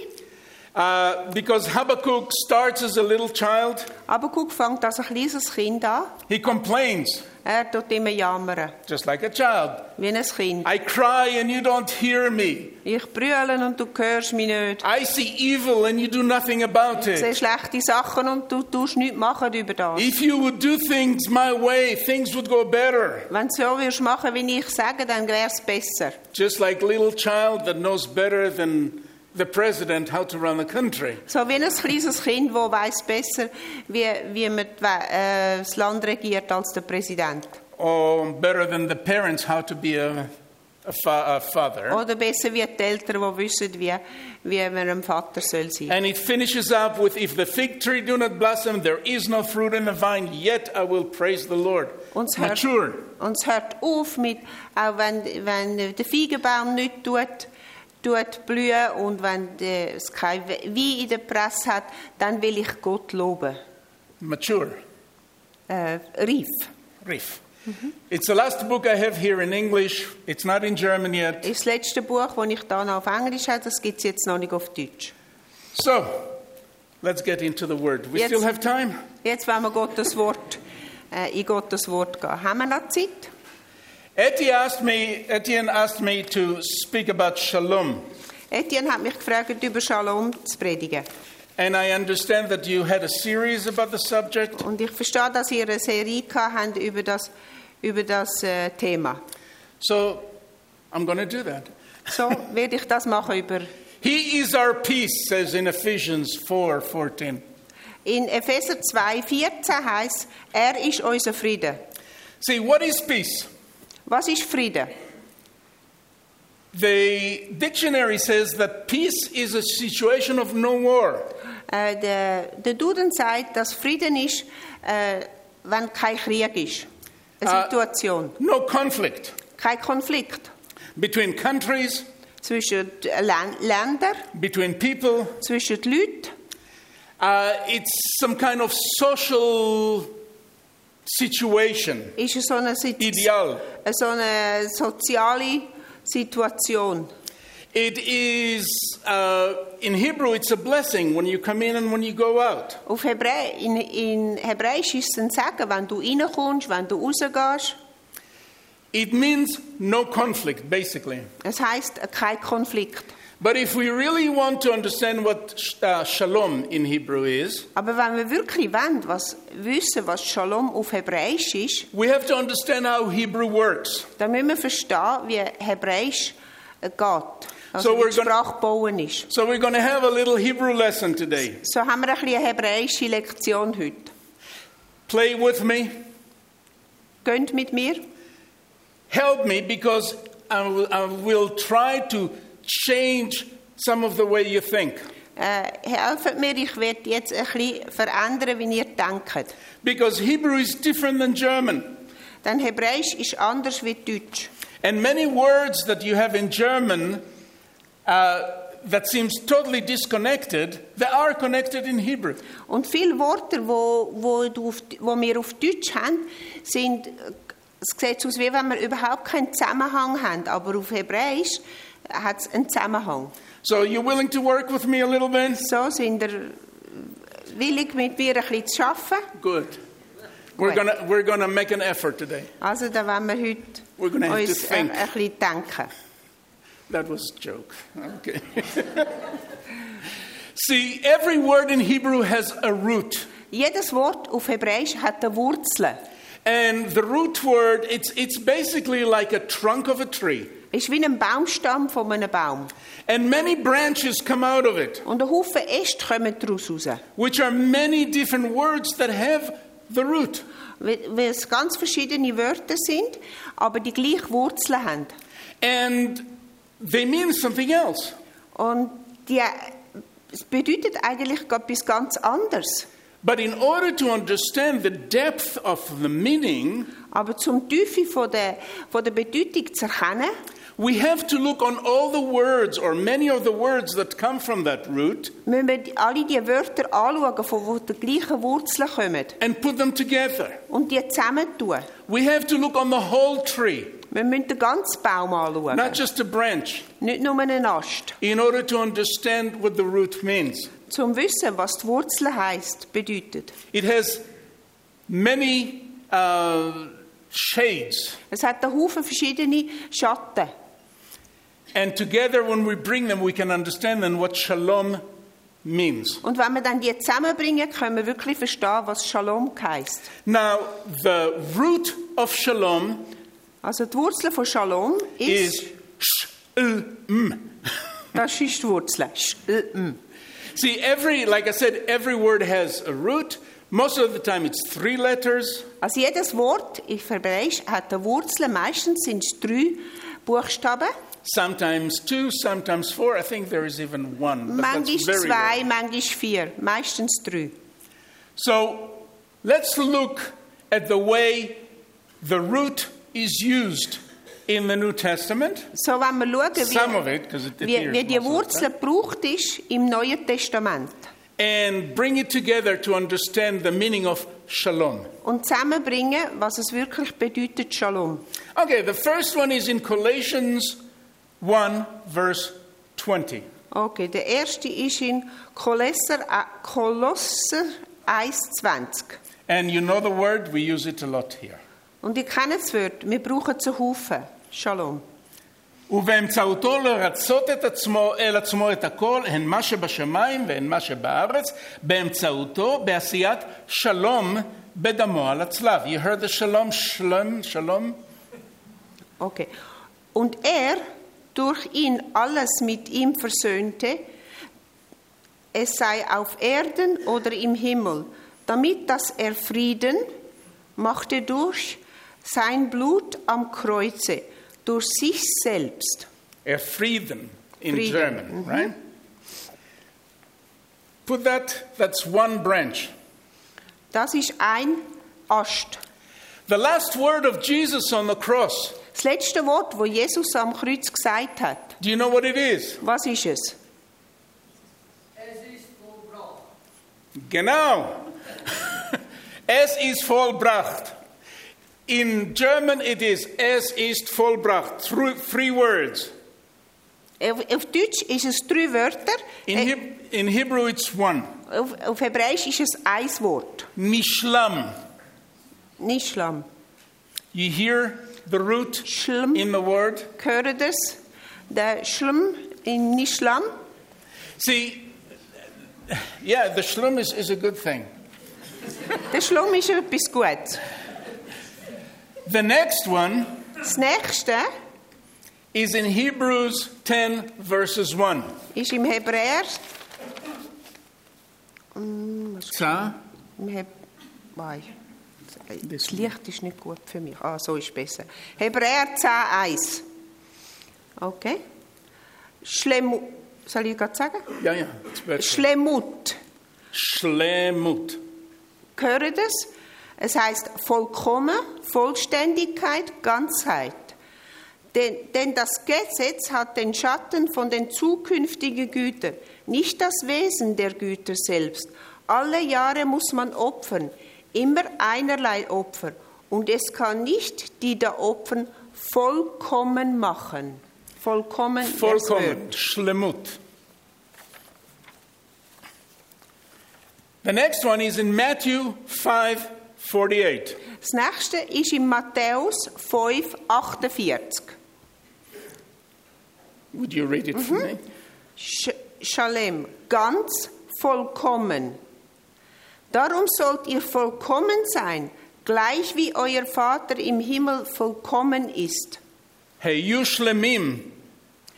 Speaker 1: Uh, because Habakkuk starts as a little child,
Speaker 2: Habakkuk fängt als ein kleines Kind an.
Speaker 1: he complains,
Speaker 2: Er tut immer jammern,
Speaker 1: just like a child.
Speaker 2: wie ein Kind.
Speaker 1: I cry and you don't hear me.
Speaker 2: Ich brülle und du hörst mich nicht.
Speaker 1: I see evil and you do nothing about
Speaker 2: Ich sehe
Speaker 1: it.
Speaker 2: schlechte Sachen und du tust nichts machen über das.
Speaker 1: If you would do things my way, things would go better.
Speaker 2: Wenn du so würdest machen, wie ich sage, dann wäre es besser.
Speaker 1: Just like little child that knows better than the president how to run the country.
Speaker 2: So wie ein kleines Kind, das weiss besser, wie, wie man die We- äh, das Land regiert als der Präsident.
Speaker 1: Or better than the parents how to be a, a, fa- a father.
Speaker 2: Oder besser wie die Eltern, die wissen, wie, wie man einem Vater soll sein soll.
Speaker 1: And it finishes up with If the fig tree do not blossom, there is no fruit in the vine, yet I will praise the Lord.
Speaker 2: Und es hört,
Speaker 1: Mature.
Speaker 2: und es hört auf mit, auch wenn, wenn der Feigenbaum nicht tut, tut blühen und wenn äh, es kein We- Wein in der Presse hat, dann will ich Gott loben.
Speaker 1: Mature.
Speaker 2: Äh, reif.
Speaker 1: Riff. It's the last book I have here in English. It's not in German yet.
Speaker 2: Das ist das letzte Buch, das ich da noch auf Englisch habe, das gibt es jetzt noch nicht auf Deutsch.
Speaker 1: So, let's get into the word. We
Speaker 2: Yes.
Speaker 1: still have time?
Speaker 2: Jetzt wollen wir Gottes Wort, äh, in Gottes Wort gehen. Haben wir noch Zeit?
Speaker 1: Etienne asked me, Etienne asked me to speak about shalom.
Speaker 2: Etienne hat mich gefragt, über Shalom zu predigen.
Speaker 1: And I understand that you had a series about the subject.
Speaker 2: Und ich verstehe, dass ihr eine Serie gehabt habt über das, über das äh, Thema.
Speaker 1: So, I'm going to do that.
Speaker 2: So werde ich das machen über...
Speaker 1: He is our peace, says in Ephesians 4 14.
Speaker 2: In Epheser 2, 14 heißt er ist unser Friede.
Speaker 1: See, what is peace?
Speaker 2: Was ist Friede?
Speaker 1: The dictionary says that peace is a situation of no war.
Speaker 2: Äh, der, der Duden sagt, dass Frieden ist, äh, wenn kein Krieg ist. Eine
Speaker 1: Ah.
Speaker 2: Situation.
Speaker 1: No conflict
Speaker 2: Kein Konflikt
Speaker 1: between countries,
Speaker 2: zwischen die Län- Ländern,
Speaker 1: between people.
Speaker 2: zwischen den Leuten.
Speaker 1: Uh, it's some kind of social situation,
Speaker 2: ist so eine, Sit-
Speaker 1: ideal.
Speaker 2: so eine soziale Situation.
Speaker 1: It is, uh, in Hebrew, it's a blessing when you come in and when you go out.
Speaker 2: Auf Hebrä in, in Hebräisch ist es ein Segen, wenn du reinkommst, wenn du rausgehst.
Speaker 1: It means no conflict, basically.
Speaker 2: Es heißt äh, kein Konflikt.
Speaker 1: But if we really want to understand what sh- uh, shalom in Hebrew is,
Speaker 2: Aber wenn wir wirklich wollen, was wissen, was Shalom auf Hebräisch ist,
Speaker 1: we have to understand how Hebrew works.
Speaker 2: dann müssen wir verstehen, wie Hebräisch äh, geht. Also
Speaker 1: So
Speaker 2: wie
Speaker 1: we're
Speaker 2: die
Speaker 1: gonna-
Speaker 2: Sprache bauen ist.
Speaker 1: So we're going to have a little Hebrew lesson today.
Speaker 2: So haben wir ein bisschen eine hebräische Lektion heute.
Speaker 1: Play with me.
Speaker 2: Geht mit mir.
Speaker 1: Help me because I will, I will try to change some of the way you think.
Speaker 2: Äh, helft mir, ich werde jetzt ein bisschen verändern, wie ihr denkt.
Speaker 1: Because Hebrew is different than German.
Speaker 2: Denn Hebräisch ist anders wie Deutsch.
Speaker 1: And many words that you have in German uh, that seems totally disconnected, they are connected in Hebrew.
Speaker 2: Und viele Worte, wo, wo, du auf, wo wir auf Deutsch haben, sind, äh, es sieht aus, wie wenn wir überhaupt keinen Zusammenhang haben. Aber auf Hebräisch hat es einen Zusammenhang.
Speaker 1: So, you willing to work with me a little bit?
Speaker 2: So sind ihr willig, mit mir ein bisschen zu arbeiten.
Speaker 1: Good. We're
Speaker 2: Right.
Speaker 1: gonna we're gonna make an effort today.
Speaker 2: Also da wollen wir heute
Speaker 1: We're gonna have to
Speaker 2: uns
Speaker 1: think.
Speaker 2: ein, ein bisschen denken.
Speaker 1: That was a joke. Okay. See, every word in Hebrew has a root.
Speaker 2: Jedes Wort auf Hebräisch hat eine Wurzel.
Speaker 1: And the root word, it's, it's basically like a trunk of a tree.
Speaker 2: Ist wie ein Baumstamm von einem Baum.
Speaker 1: And many branches come out of it,
Speaker 2: Und ein Haufen Äste kommen daraus raus.
Speaker 1: which are many different words that have the root.
Speaker 2: Weil weil es ganz verschiedene Wörter sind, aber die gleiche Wurzeln haben.
Speaker 1: And they mean something else.
Speaker 2: Und die, es bedeutet eigentlich etwas ganz anderes.
Speaker 1: But in order to understand the depth of the meaning,
Speaker 2: Aber zum Tiefe von der, von der Bedeutung zu erkennen,
Speaker 1: we have to look on all the words or many of the words that come from that root
Speaker 2: müssen wir die- alle die Wörter anschauen, von wo die gleichen Wurzeln kommen.
Speaker 1: and put them together.
Speaker 2: Und die zusammentun.
Speaker 1: We have to look on the whole tree,
Speaker 2: Wir müssen den ganzen Baum anschauen,
Speaker 1: not just a branch,
Speaker 2: nicht nur einen Ast.
Speaker 1: in order to understand what the root means.
Speaker 2: Zum Wissen, was die Wurzel heißt, bedeutet.
Speaker 1: It has many uh, shades,
Speaker 2: Es hat einen Haufen verschiedene Schatten.
Speaker 1: and together, when we bring them, we can understand then what shalom means.
Speaker 2: Und wenn wir dann die zusammenbringen, können wir wirklich verstehen, was Shalom heißt.
Speaker 1: Now, the root of shalom
Speaker 2: Also die Wurzel von Shalom ist,
Speaker 1: is shalom.
Speaker 2: das ist die Wurzel. Sch- äh, m.
Speaker 1: See, every, like I said, every word has a root. Most of the time, it's three letters.
Speaker 2: Also jedes Wort in Hebräisch hat eine Wurzel. Meistens sind es drei Buchstaben.
Speaker 1: Sometimes two, sometimes four. I think there is even one. But
Speaker 2: Manchmal
Speaker 1: that's very rare.
Speaker 2: zwei, manchmal vier, meistens drei.
Speaker 1: So let's look at the way the root is used in the New Testament.
Speaker 2: So, wenn wir
Speaker 1: Some
Speaker 2: schauen,
Speaker 1: of it, because it
Speaker 2: wie, wie,
Speaker 1: appears
Speaker 2: wie die
Speaker 1: most of the
Speaker 2: Wurzel gebraucht ist im Neuen Testament
Speaker 1: time, and bring it together to understand the meaning of shalom.
Speaker 2: und zusammenbringen, was es wirklich bedeutet, Shalom.
Speaker 1: Okay, the first one is in Colossians 1, verse 20.
Speaker 2: Okay, der erste ist in Kolosser, äh, Kolosser 1,20.
Speaker 1: And you know the word, we use it a lot here.
Speaker 2: Und ihr kennt das Wort, wir brauchen es einen Haufen. Shalom.
Speaker 1: ובאמצעותו לרצות את עצמו, אל עצמו את הכל, הן מה שבשמיים והן מה שבארץ, באמצעותו בעשיית שלום בדמו על הצלב. You heard the shalom, shalom, shalom?
Speaker 2: Okay. Und er, durch ihn alles mit ihm versöhnte, es sei auf Erden oder im Himmel, damit dass er Frieden machte durch sein Blut am Kreuze, durch sich selbst.
Speaker 1: Er Frieden in
Speaker 2: Frieden,
Speaker 1: German, right? Put that, that's one branch.
Speaker 2: Das ist ein Ast.
Speaker 1: The last word of Jesus on the cross,
Speaker 2: Das letzte Wort, wo Jesus am Kreuz gesagt hat,
Speaker 1: do you know what it is?
Speaker 2: was ist es?
Speaker 1: Genau. es ist vollbracht. In German it is es ist vollbracht. Three, three words.
Speaker 2: Auf, auf Deutsch ist es drei Wörter,
Speaker 1: In,
Speaker 2: äh,
Speaker 1: Heb- in Hebrew it's one.
Speaker 2: auf, auf Hebräisch ist es ein Wort.
Speaker 1: Mishlam.
Speaker 2: Nishlam.
Speaker 1: You hear the root
Speaker 2: Schlm,
Speaker 1: in the word?
Speaker 2: höre das? Der Schlm in nicht Schlamm.
Speaker 1: See, yeah, the shlum is, is a good thing.
Speaker 2: Der Schlamm ist etwas gut.
Speaker 1: The next one
Speaker 2: Das nächste
Speaker 1: is in Hebrews 10, verses 1.
Speaker 2: ist im Hebräer.
Speaker 1: Tzah.
Speaker 2: Im Heb Wei. Das Licht ist nicht gut für mich. Ah, so ist besser. Hebräer 10, 1. Okay. Schlemut. Soll ich gerade sagen?
Speaker 1: Yeah, yeah, it's better.
Speaker 2: Schlemut.
Speaker 1: Shlemut.
Speaker 2: Hören das? Es heißt vollkommen, Vollständigkeit, Ganzheit. Denn, denn das Gesetz hat den Schatten von den zukünftigen Gütern, nicht das Wesen der Güter selbst. Alle Jahre muss man opfern, immer einerlei Opfer. Und es kann nicht die da opfern vollkommen machen. Vollkommen. das Wort.
Speaker 1: Vollkommen. Shlemut. The next one is in Matthew 5, 48.
Speaker 2: Das nächste ist in Matthäus 5, 48.
Speaker 1: Would you read it for me?
Speaker 2: Sch Schalem, ganz vollkommen. Darum sollt ihr vollkommen sein, gleich wie euer Vater im Himmel vollkommen ist.
Speaker 1: היו שלמים,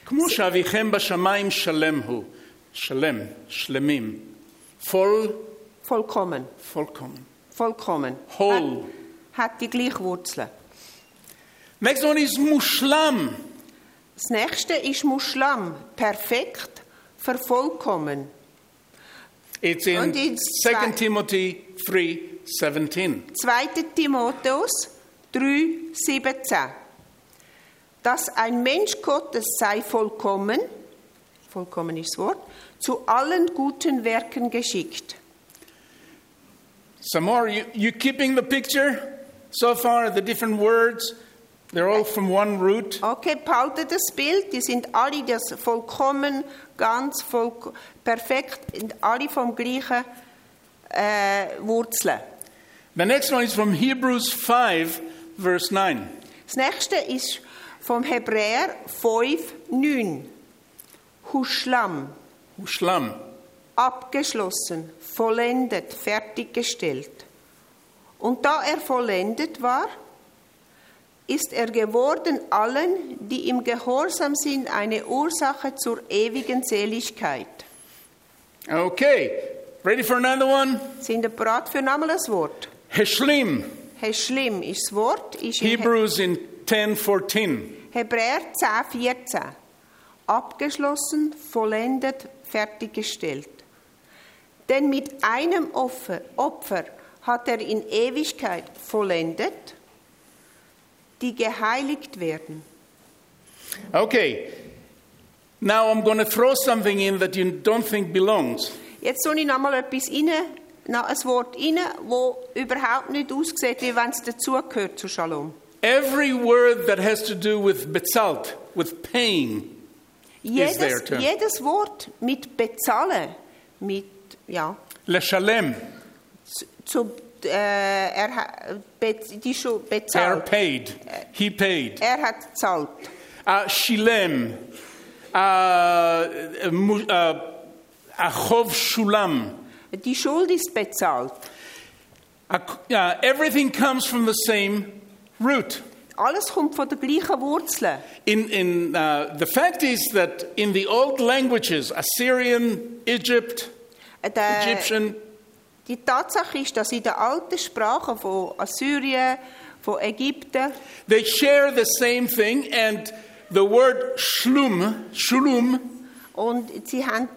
Speaker 1: כמו שאביכם בשמיים שלם הוא. שלם, שלמים. Voll,
Speaker 2: Vollkommen,
Speaker 1: vollkommen.
Speaker 2: vollkommen.
Speaker 1: Whole.
Speaker 2: Hat, hat die gleiche Wurzel.
Speaker 1: Next one is מושלם.
Speaker 2: Das nächste ist Muschlam, perfekt, vervollkommen.
Speaker 1: It's in
Speaker 2: Und in
Speaker 1: 2
Speaker 2: zwei-
Speaker 1: Timothy 3, 17.
Speaker 2: 2. Timotheus 3,17. Dass ein Mensch Gottes sei vollkommen, vollkommen ist das Wort, zu allen guten Werken geschickt.
Speaker 1: Some more. You, you keeping the picture? So far, the different words, they're all from one root.
Speaker 2: Okay, behaltet das Bild, die sind alle das vollkommen, ganz voll, perfekt, sind alle vom gleichen äh, Wurzeln.
Speaker 1: The next one is from Hebrews 5, verse 9.
Speaker 2: Das nächste ist vom Hebräer 5,9. Huschlam.
Speaker 1: Mושלם.
Speaker 2: abgeschlossen, vollendet, fertiggestellt. Und da er vollendet war, ist er geworden allen, die im Gehorsam sind, eine Ursache zur ewigen Seligkeit.
Speaker 1: Okay. Ready for another one?
Speaker 2: Sind ihr bereit für nochmal ein Wort?
Speaker 1: Heshlim.
Speaker 2: Heschlim ist das Wort, ist in
Speaker 1: Hebrews in 10, 14.
Speaker 2: He- Hebräer 10, 14. Abgeschlossen, vollendet, fertiggestellt. Denn mit einem Opfer, Opfer hat er in Ewigkeit vollendet, die geheiligt werden.
Speaker 1: Okay. Now I'm going to throw something in that you don't think belongs.
Speaker 2: Jetzt soll ich noch mal etwas rein, noch ein Wort rein, wo überhaupt nicht aussieht, wie wenn es dazugehört zu Shalom.
Speaker 1: Every word that has to do with bezahlt, with paying, there
Speaker 2: Jedes,
Speaker 1: too.
Speaker 2: jedes Wort mit bezahlen, mit, ja,
Speaker 1: leshalem,
Speaker 2: zu, zu, äh, er, ha- be, die Schuld
Speaker 1: they're
Speaker 2: bezahlt.
Speaker 1: paid. He paid.
Speaker 2: Er hat gezahlt.
Speaker 1: Uh, shilem, uh, uh, mu- uh, achov shulam.
Speaker 2: Die Schuld ist bezahlt.
Speaker 1: Ac- uh, everything comes from the same root.
Speaker 2: Alles kommt von der gleichen Wurzel.
Speaker 1: In, in, uh, the fact is that in the old languages, Assyrian, Egypt,
Speaker 2: Äh, Der,
Speaker 1: Egyptian,
Speaker 2: die Tatsache ist, dass in der alten Sprache von Assyrien, von Ägypten,
Speaker 1: they share the same thing, and the word shlum, shulum,
Speaker 2: und sie haben,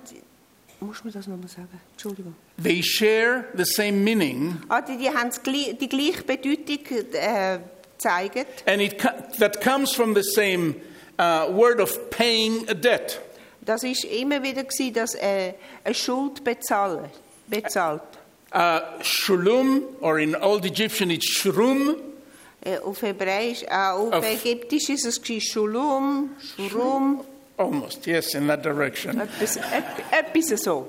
Speaker 2: muss man das nochmal sagen? Entschuldigung.
Speaker 1: they share the same meaning,
Speaker 2: Ah, die, die haben das gli- die gleiche Bedeutung äh, gezeigt.
Speaker 1: and it co- that comes from the same uh, word of paying a debt.
Speaker 2: Das ist immer wieder gewesen, dass äh, eine Schuld bezahlen, bezahlt.
Speaker 1: Uh, shulum, or in old Egyptian, it's shrum,
Speaker 2: Äh, auf Hebräisch, äh, auf,
Speaker 1: Auf-
Speaker 2: Ägyptisch ist es gewesen, Schulum, Schurum,
Speaker 1: almost, yes, in that direction.
Speaker 2: etwas, et- etwas so.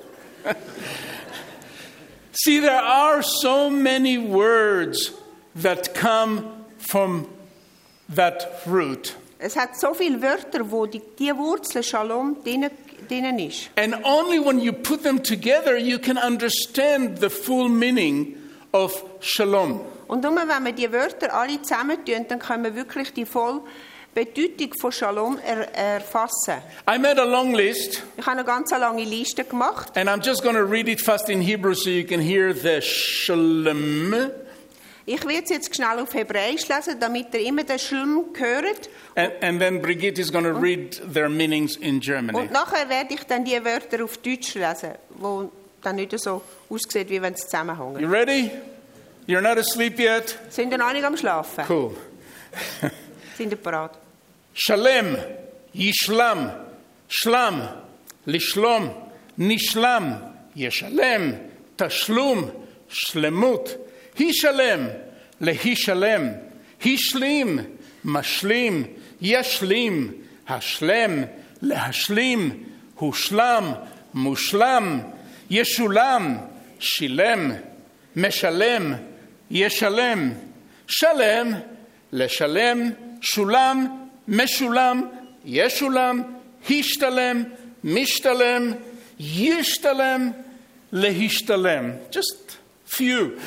Speaker 1: See, there are so many words that come from that root.
Speaker 2: Es hat so viele Wörter, wo die, die Wurzel Shalom drinnen drinnen ist.
Speaker 1: And only when you put them together you can understand the full meaning of shalom.
Speaker 2: Und nur wenn wir die Wörter alle zusammentun, dann können wir wirklich die volle Bedeutung von Shalom er, erfassen.
Speaker 1: I made a long list
Speaker 2: Ich habe eine ganz lange Liste gemacht.
Speaker 1: and I'm just going to read it fast in Hebrew so you can hear the shalom.
Speaker 2: Ich werde es jetzt schnell auf Hebräisch lesen, damit ihr immer den Schlum hört.
Speaker 1: And, and then Brigitte is going to read their meanings in Germany.
Speaker 2: Und nachher werde ich dann die Wörter auf Deutsch lesen, wo dann nicht so aussieht, wie wenn es zusammenhängt.
Speaker 1: You ready? You're not asleep yet?
Speaker 2: Sind ihr noch nicht am Schlafen?
Speaker 1: Cool.
Speaker 2: Sind ihr bereit?
Speaker 1: שלם, ישלם, שלם, לשלום, נשלם, ישלם, תשלום, שלמות, הישלם, להישלם, השלים, משלים, ישלים, השלם, להשלים, הושלם, מושלם, ישולם, שילם, משלם, ישלם, שלם, לשלם, שולם, משולם, ישולם, השתלם, משתלם, ישתלם, להשתלם. Just few.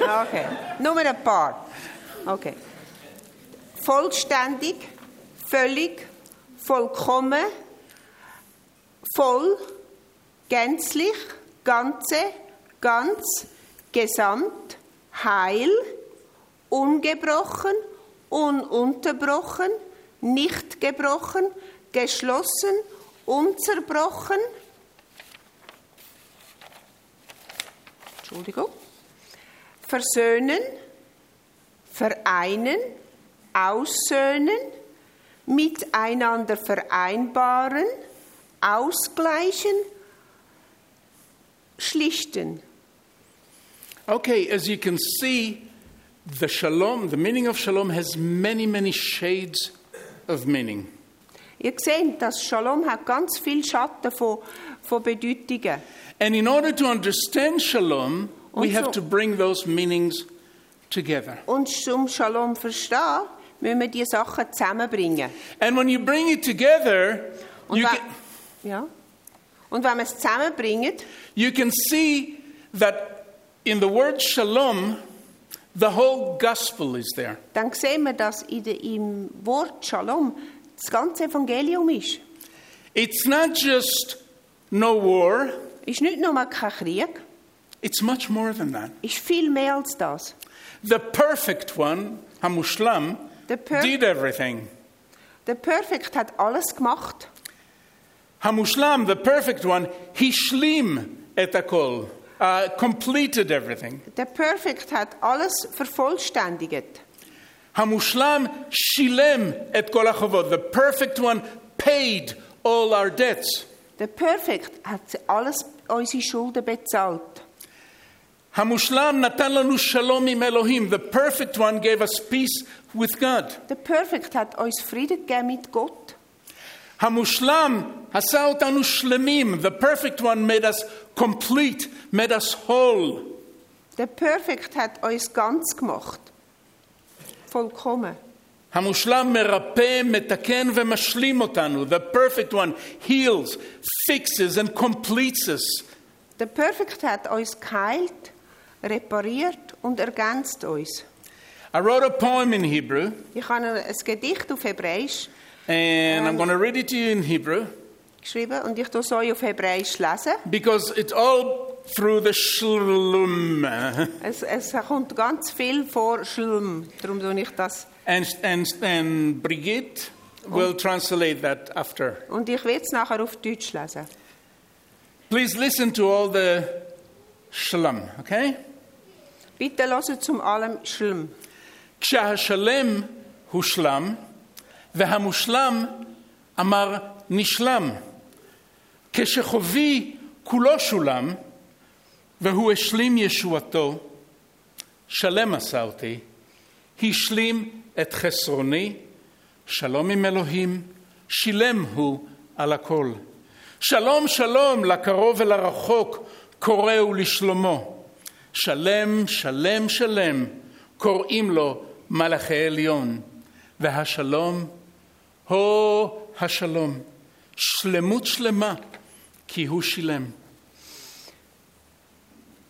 Speaker 2: Okay, nur ein paar. Okay. Vollständig, völlig, vollkommen, voll, gänzlich, ganze, ganz, gesamt, heil, ungebrochen, ununterbrochen, nicht gebrochen, geschlossen, unzerbrochen. Entschuldigung versöhnen, vereinen, aussöhnen, miteinander vereinbaren, ausgleichen, schlichten.
Speaker 1: Okay, as you can see, the shalom, the meaning of shalom has many, many shades of meaning.
Speaker 2: Ihr seht, das Shalom hat ganz viel Schatten von, von Bedeutungen.
Speaker 1: And in order to understand shalom, we
Speaker 2: Und
Speaker 1: have
Speaker 2: so-
Speaker 1: to bring those meanings together.
Speaker 2: Und um Shalom zu verstehen, müssen wir diese Sachen zusammenbringen.
Speaker 1: And when you bring it together,
Speaker 2: Und,
Speaker 1: you
Speaker 2: wenn-
Speaker 1: can,
Speaker 2: ja. Und wenn wir es zusammenbringen,
Speaker 1: You can see that in the word shalom, the whole gospel is there.
Speaker 2: dann sehen wir, dass in der, im Wort Shalom das ganze Evangelium ist.
Speaker 1: It's not just no war,
Speaker 2: Ist nicht nur kein Krieg,
Speaker 1: it's much more than that.
Speaker 2: ist viel mehr als das.
Speaker 1: The perfect one, Hamushlam,
Speaker 2: The per-
Speaker 1: did everything.
Speaker 2: Der Perfekt hat alles gemacht.
Speaker 1: Hamushlam, the perfect one, Hishlim et hakol, uh, completed everything.
Speaker 2: Der Perfekt hat alles vervollständigt.
Speaker 1: Hamushlam Shilem et kol hachavot, the perfect one paid all our debts.
Speaker 2: Der Perfekt hat alles unsere Schulden bezahlt.
Speaker 1: המושלם נתן לנו שלום עם אלוהים. The perfect one gave us peace with God.
Speaker 2: Der Perfekt hat uns Frieden gegeben mit Gott.
Speaker 1: המושלם עשה אותנו שלמים. The perfect one made us complete, made us whole.
Speaker 2: Der Perfekt hat uns ganz gemacht. Vollkommen.
Speaker 1: המושלם מרפא, מתקן ומשלים אותנו. The perfect one heals, fixes and completes us.
Speaker 2: Der Perfekt hat uns geheilt, repariert und ergänzt uns.
Speaker 1: I wrote a poem in Hebrew
Speaker 2: Ich habe ein Gedicht auf Hebräisch
Speaker 1: and I'm going to read it to you in Hebrew
Speaker 2: geschrieben und ich tue es euch auf Hebräisch lesen.
Speaker 1: because it's all through the shalom.
Speaker 2: Es, es kommt ganz viel vor Schlum, darum tue ich das.
Speaker 1: And, and, and Brigitte will translate that after.
Speaker 2: Und ich werde es nachher auf Deutsch lesen.
Speaker 1: Please listen to all the shalom, okay?
Speaker 2: Bitte lasst zum allem Schlum.
Speaker 1: כשהשלם הושלם, והמושלם אמר נשלם. כשחובי כולו שולם, והוא השלים ישועתו, שלם עשה אותי, השלים את חסרוני, שלום עם אלוהים, שילם הוא על הכל. שלום שלום לקרוב ולרחוק, קוראו לשלומו. שלם שלם שלם, קוראים לו מלאכי עליון. והשלום, הו השלום, שלמות שלמה, כי הוא שילם.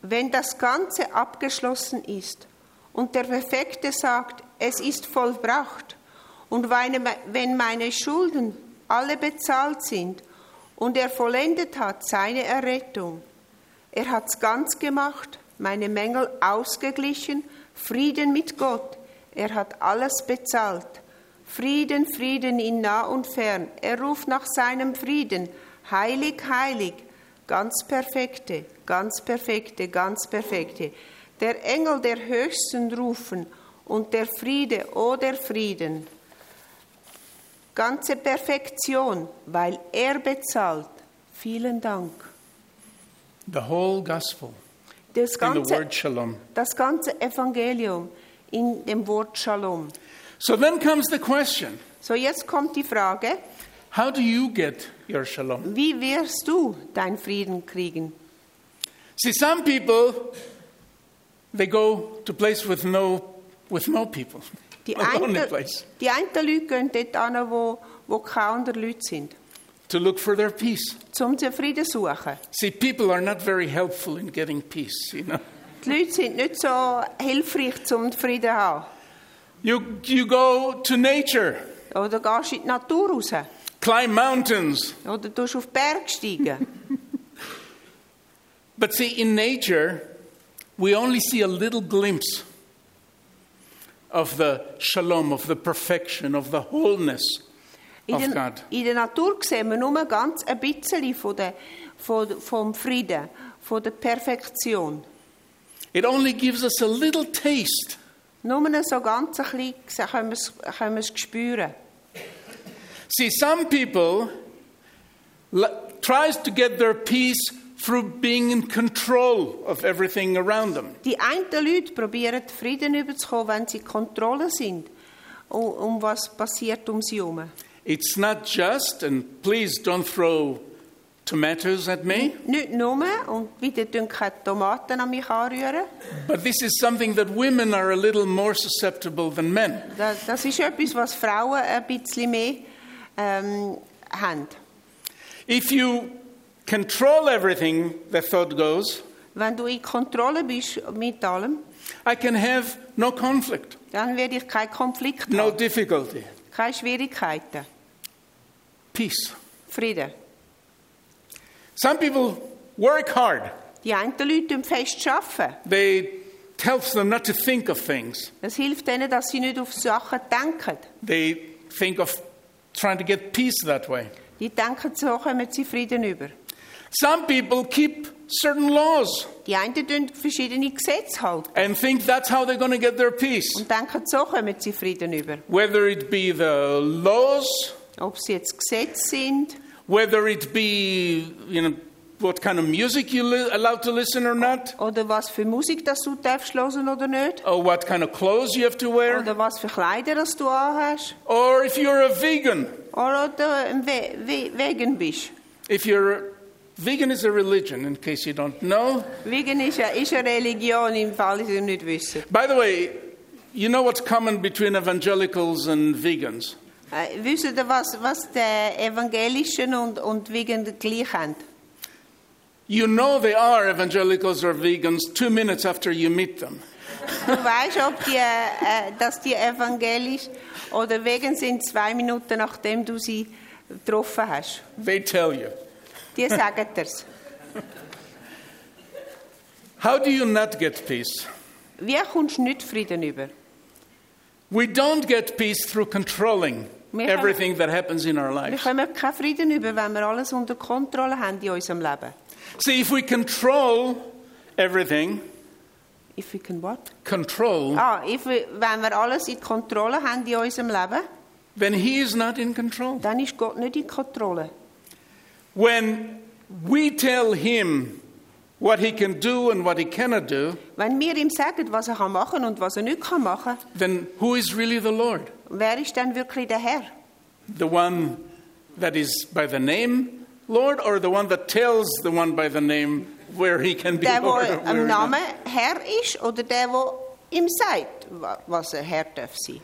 Speaker 2: Wenn das Ganze abgeschlossen ist und der Perfekte sagt, es ist vollbracht, und weine- wenn meine Schulden alle bezahlt sind und er vollendet hat seine Errettung, er hat's ganz gemacht, meine Mängel ausgeglichen, Frieden mit Gott, er hat alles bezahlt. Frieden, Frieden in nah und fern, er ruft nach seinem Frieden, heilig, heilig, ganz perfekte, ganz perfekte, ganz perfekte. Der Engel der Höchsten rufen und der Friede, o der Frieden. Ganze Perfektion, weil er bezahlt. Vielen Dank.
Speaker 1: The whole gospel in
Speaker 2: Das
Speaker 1: the
Speaker 2: ganze,
Speaker 1: word shalom.
Speaker 2: das ganze Evangelium in dem Wort Shalom.
Speaker 1: So then comes the question
Speaker 2: So, jetzt kommt die Frage,
Speaker 1: how do you get your shalom?
Speaker 2: wie wirst du deinen Frieden kriegen?
Speaker 1: See, some people, they go to place with no, with no people,
Speaker 2: Die,
Speaker 1: a lonely
Speaker 2: einen-
Speaker 1: place,
Speaker 2: die einen Leute gehen dort an, wo, wo keine anderen Leute sind,
Speaker 1: to look for their peace.
Speaker 2: um den Frieden zu suchen.
Speaker 1: See, people are not very helpful in getting peace, you know.
Speaker 2: Die Leute sind nicht so hilfreich, um den Frieden zu haben.
Speaker 1: You, you go to nature,
Speaker 2: Oder gehst in die Natur raus.
Speaker 1: climb mountains.
Speaker 2: Oder tust auf die Berge steigen.
Speaker 1: But see, in nature, we only see a little glimpse of the shalom, of the perfection, of the wholeness
Speaker 2: In,
Speaker 1: of
Speaker 2: der,
Speaker 1: God.
Speaker 2: in der Natur sehen wir nur ganz ein bisschen von der, von, vom Frieden, von der Perfektion.
Speaker 1: It only gives us a little taste.
Speaker 2: Nur so ganz ein bisschen können wir es- können wir es spüren.
Speaker 1: See, some people l- tries to get their peace through being in control of everything around them.
Speaker 2: Die einen Leute probieren den Frieden überzukommen, wenn sie in Kontrolle sind, um, um was passiert um sie herum.
Speaker 1: It's not just, and please don't throw tomatoes at me,
Speaker 2: Nicht nur, und bitte dürfen keine Tomaten an mich anrühren.
Speaker 1: but this is something that women are a little more susceptible than men.
Speaker 2: Das, das ist etwas, was Frauen ein bisschen mehr ähm, haben.
Speaker 1: If you control everything, the thought goes,
Speaker 2: Wenn du in Kontrolle bist mit allem,
Speaker 1: I can have no conflict,
Speaker 2: dann werde ich keinen Konflikt
Speaker 1: no
Speaker 2: haben,
Speaker 1: difficulty,
Speaker 2: keine Schwierigkeiten.
Speaker 1: peace.
Speaker 2: Frieden.
Speaker 1: Some people work hard.
Speaker 2: Die einen Leute arbeiten fest. Arbeiten.
Speaker 1: They it helps them not to think of things.
Speaker 2: Das hilft ihnen, dass sie nicht auf Sachen denken.
Speaker 1: They think of trying to get peace that way.
Speaker 2: Die denken, so kommen sie Frieden über.
Speaker 1: Some people keep certain laws
Speaker 2: Die einen halten verschiedene Gesetze halt
Speaker 1: and think that's how they're going to get their peace.
Speaker 2: und denken, so kommen sie Frieden über.
Speaker 1: Whether it be the laws,
Speaker 2: Ob sie jetzt Gesetze sind,
Speaker 1: whether it be you know what kind of music you li- allowed to listen or not,
Speaker 2: oder was für Musik das du darfst hören oder nicht,
Speaker 1: or what kind of clothes you have to wear,
Speaker 2: oder was für Kleider das du anhast,
Speaker 1: or if you're a vegan.
Speaker 2: oder du ein We We Vegan bist.
Speaker 1: If you're vegan is a religion, in case you don't know.
Speaker 2: Vegan ist eine, ist eine Religion, im Fall, die ihr nicht wissen.
Speaker 1: By the way, you know what's common between evangelicals and vegans?
Speaker 2: Äh, wissen Sie, was, was die Evangelischen und, und Vegan gleich haben?
Speaker 1: You know they are evangelicals or vegans two minutes after you meet them.
Speaker 2: Du weißt, ob die, äh, dass die evangelisch oder Vegan sind, zwei Minuten nachdem du sie getroffen hast.
Speaker 1: They tell you.
Speaker 2: Die sagen dir's.
Speaker 1: How do you not get peace?
Speaker 2: Wie kommst du nicht Frieden über?
Speaker 1: We don't get peace through controlling
Speaker 2: We have-
Speaker 1: everything that happens in our
Speaker 2: Wir
Speaker 1: lives.
Speaker 2: kommen keinen Frieden über, wenn wir alles unter Kontrolle haben in unserem Leben.
Speaker 1: See, if we control everything,
Speaker 2: If we can what?
Speaker 1: control,
Speaker 2: Ah, if we, wenn wir alles in Kontrolle haben in unserem Leben,
Speaker 1: then He is not in control.
Speaker 2: dann ist Gott nicht in Kontrolle.
Speaker 1: When we tell Him what He can do and what He cannot do,
Speaker 2: Wenn wir ihm sagen, was er kann machen und was er nicht kann machen,
Speaker 1: then who is really the Lord?
Speaker 2: wer ist dann wirklich der Herr?
Speaker 1: The one that is by the name Lord, or the one that tells the one by the name where he can be
Speaker 2: Der,
Speaker 1: Lord? or
Speaker 2: der
Speaker 1: where
Speaker 2: am
Speaker 1: not?
Speaker 2: Namen Herr ist oder der, der ihm sagt, wa- was er Herr darf sein.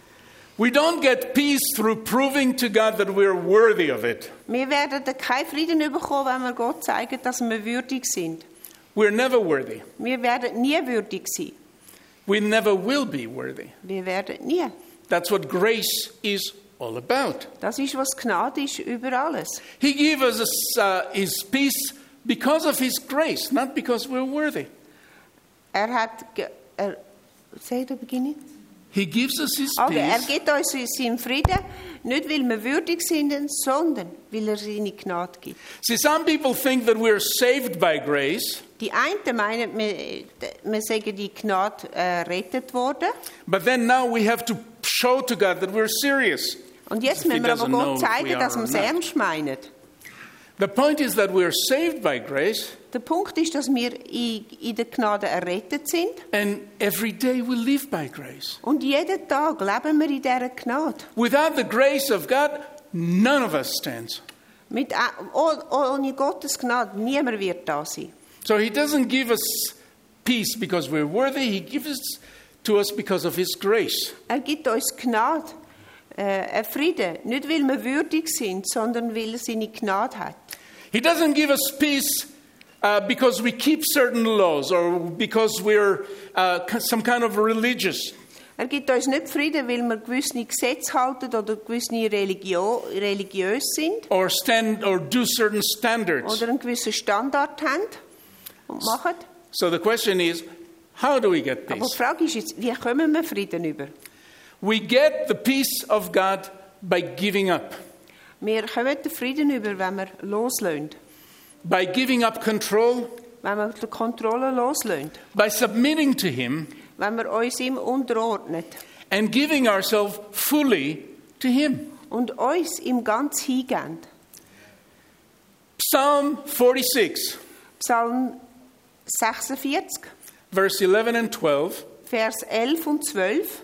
Speaker 1: We don't get peace through proving to God that we're worthy of it.
Speaker 2: Wir werden dann keinen Frieden bekommen, wenn wir Gott zeigen, dass wir würdig sind.
Speaker 1: We're never worthy.
Speaker 2: Wir werden nie würdig sein.
Speaker 1: We never will be worthy.
Speaker 2: Wir werden nie.
Speaker 1: That's what grace is all about.
Speaker 2: Das ist, was Gnade ist über alles.
Speaker 1: He gave us uh, His peace because of His grace, not because we're worthy.
Speaker 2: Er hat... ge- Er, Sag du, beginne.
Speaker 1: He gives us His
Speaker 2: Aber Also, er
Speaker 1: peace
Speaker 2: gibt uns seinen Frieden, nicht weil wir würdig sind, sondern weil er seine Gnade gibt.
Speaker 1: See, some people think that we're saved by grace,
Speaker 2: Die einen meinen, wir, wir seien die Gnade äh, rettet worden.
Speaker 1: but then now we have to show to God that we're serious.
Speaker 2: Und jetzt
Speaker 1: If he
Speaker 2: müssen wir aber
Speaker 1: doesn't know if we
Speaker 2: Gott zeigen,
Speaker 1: are
Speaker 2: dass wir
Speaker 1: or
Speaker 2: es
Speaker 1: not.
Speaker 2: ernst meinen.
Speaker 1: The point is that we're saved by grace,
Speaker 2: Der Punkt ist, dass wir in, in der Gnade errettet sind.
Speaker 1: and every day we live by grace.
Speaker 2: Und jeden Tag leben wir in dieser Gnade.
Speaker 1: Without the grace of God, none of us stands.
Speaker 2: Mit, a- oh- ohne Gottes Gnade, niemand wird da sein.
Speaker 1: So He doesn't give us peace because we're worthy, He gives it to us because of His grace.
Speaker 2: Er gibt uns Gnade, äh, einen Frieden. Nicht, weil wir würdig sind, sondern weil er seine Gnade hat.
Speaker 1: He doesn't give us peace uh, because we keep certain laws or because we're uh, c- some kind of religious.
Speaker 2: Er gibt uns nicht Frieden, weil wir gewisse Gesetze halten oder gewisse Religio religiös sind
Speaker 1: or stand or do certain standards.
Speaker 2: oder einen gewissen Standard haben und machen.
Speaker 1: So the question is, how do we get
Speaker 2: Aber die
Speaker 1: peace?
Speaker 2: Frage ist jetzt, wie kommen wir Frieden über?
Speaker 1: We get the peace of God by giving up,
Speaker 2: Wir kommen den Frieden über, wenn wir loslösen.
Speaker 1: by giving up control,
Speaker 2: Wenn wir die Kontrolle loslösen.
Speaker 1: by submitting to Him,
Speaker 2: Wenn wir uns ihm unterordnen
Speaker 1: and giving ourselves fully to Him.
Speaker 2: und uns ihm ganz hingeben.
Speaker 1: Psalm 46,
Speaker 2: Psalm 46,
Speaker 1: verse 11 and 12
Speaker 2: Vers 11 und 12.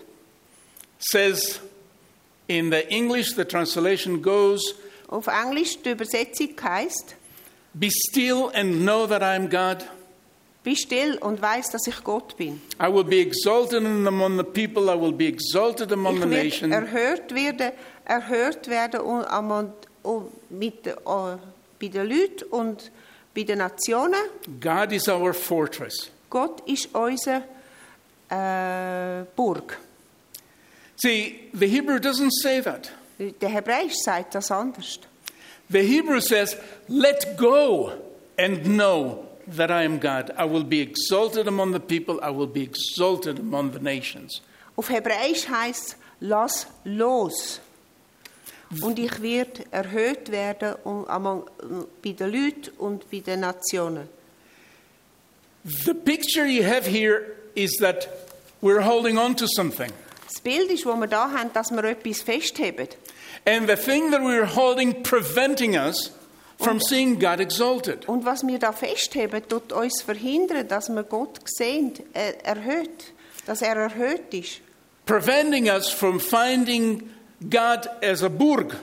Speaker 1: says, in the English, the translation goes,
Speaker 2: Auf Englisch die Übersetzung heißt:
Speaker 1: Be still and know that I am God.
Speaker 2: Bist still und weiß, dass ich Gott bin.
Speaker 1: I will be exalted among the people, I will be exalted among
Speaker 2: Ich
Speaker 1: the
Speaker 2: werde
Speaker 1: nations.
Speaker 2: erhört werden, erhört werden und, am- und, und mit, de- äh, bei den Leuten und bei den Nationen.
Speaker 1: God is our fortress.
Speaker 2: Gott ist unsere äh, Burg.
Speaker 1: See, the Hebrew doesn't say that.
Speaker 2: Der Hebräisch sagt das anders.
Speaker 1: The Hebrew says, Let go and know that I am God. I will be exalted among the people, I will be exalted among the nations.
Speaker 2: Auf Hebräisch heißt lass los. Und ich werde erhöht werden und among, bei den Leuten und bei den Nationen.
Speaker 1: The picture you have here is that we're holding on to something.
Speaker 2: Das Bild ist, das wir da haben, dass wir etwas festheben.
Speaker 1: And the thing that we're holding preventing us from seeing God exalted.
Speaker 2: Und was wir da festheben, tut uns verhindern, dass wir Gott sehen, äh, erhöht, dass er erhöht ist.
Speaker 1: Preventing us from finding God as a burg,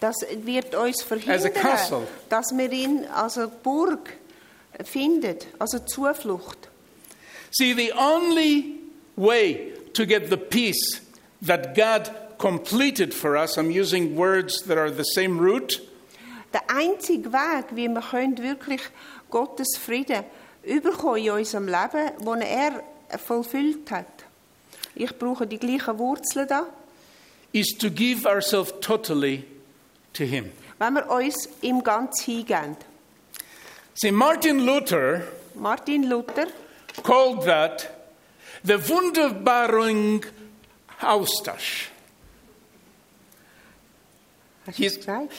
Speaker 2: Das wird uns
Speaker 1: castle.
Speaker 2: verhindern, dass wir ihn als eine Burg finden, als eine Zuflucht.
Speaker 1: See, the only way to get the peace that God completed for us, I'm using words that are the same root,
Speaker 2: Der einzige Weg, wie wir können wirklich Gottes Frieden überkommen in unserem Leben, den er vollfüllt hat. Ich brauche die gleichen Wurzeln da.
Speaker 1: is to give ourselves totally to Him.
Speaker 2: Wenn wir uns im Ganz hingeben.
Speaker 1: See, Martin Luther
Speaker 2: Martin Luther
Speaker 1: called that the Wunderbaren Austausch.
Speaker 2: Hast du
Speaker 1: Hier-
Speaker 2: es gesagt?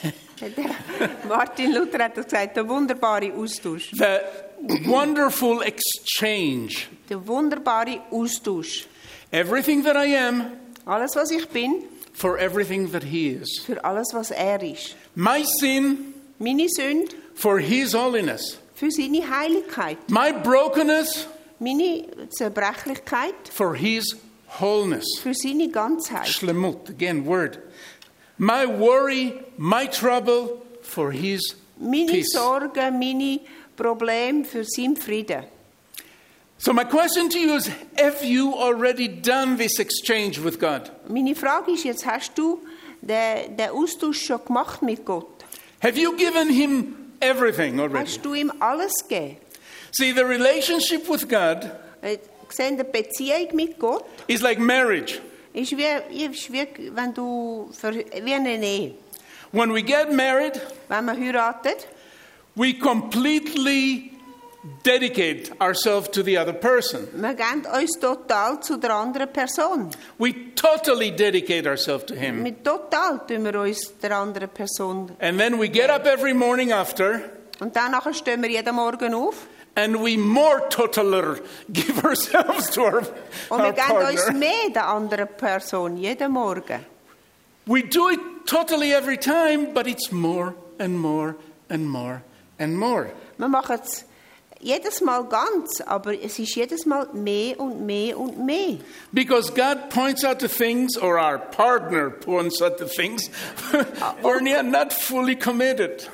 Speaker 2: Martin Luther hat das gesagt, der wunderbare Austausch.
Speaker 1: The wonderful exchange.
Speaker 2: Der wunderbare Austausch.
Speaker 1: Everything that I am
Speaker 2: Alles, was ich bin,
Speaker 1: for everything that He is.
Speaker 2: für alles, was er ist.
Speaker 1: My sin
Speaker 2: Meine Sünde
Speaker 1: for His holiness.
Speaker 2: für seine Heiligkeit.
Speaker 1: My brokenness
Speaker 2: Meine Zerbrechlichkeit
Speaker 1: for his wholeness.
Speaker 2: für seine Ganzheit.
Speaker 1: Shlemut, again, word. My worry, my trouble for his
Speaker 2: Meine
Speaker 1: peace.
Speaker 2: Sorgen, meine Probleme für seinen Frieden.
Speaker 1: So, my question to you is Have you already done this exchange with God?
Speaker 2: Meine Frage ist jetzt, hast du den, den Austausch schon gemacht mit Gott?
Speaker 1: Have you given Him everything already?
Speaker 2: Hast du ihm alles gegeben?
Speaker 1: See, the relationship with God
Speaker 2: Äh, Seht ihr, die Beziehung mit Gott
Speaker 1: is like marriage.
Speaker 2: ist wie, ist wie, wenn du, ver- wie eine Ehe.
Speaker 1: When we get married,
Speaker 2: Wenn man heiratet,
Speaker 1: we completely dedicate ourselves to the other person.
Speaker 2: wir geben uns total zu der anderen Person.
Speaker 1: We totally dedicate ourselves to Him.
Speaker 2: Mit total tun wir uns der anderen Person.
Speaker 1: And then we get up every morning after
Speaker 2: Und dann nachher stehen wir jeden Morgen auf
Speaker 1: and we more totaler give ourselves to our,
Speaker 2: und
Speaker 1: our
Speaker 2: wir geben uns
Speaker 1: partner.
Speaker 2: mehr der anderen Person, jeden Morgen.
Speaker 1: We do it totally every time, but it's more and more and more and more.
Speaker 2: Wir machen es jedes Mal ganz, aber es ist jedes Mal mehr und mehr und mehr.
Speaker 1: Because God points out the things, or our partner points out the things, we're not- not fully committed.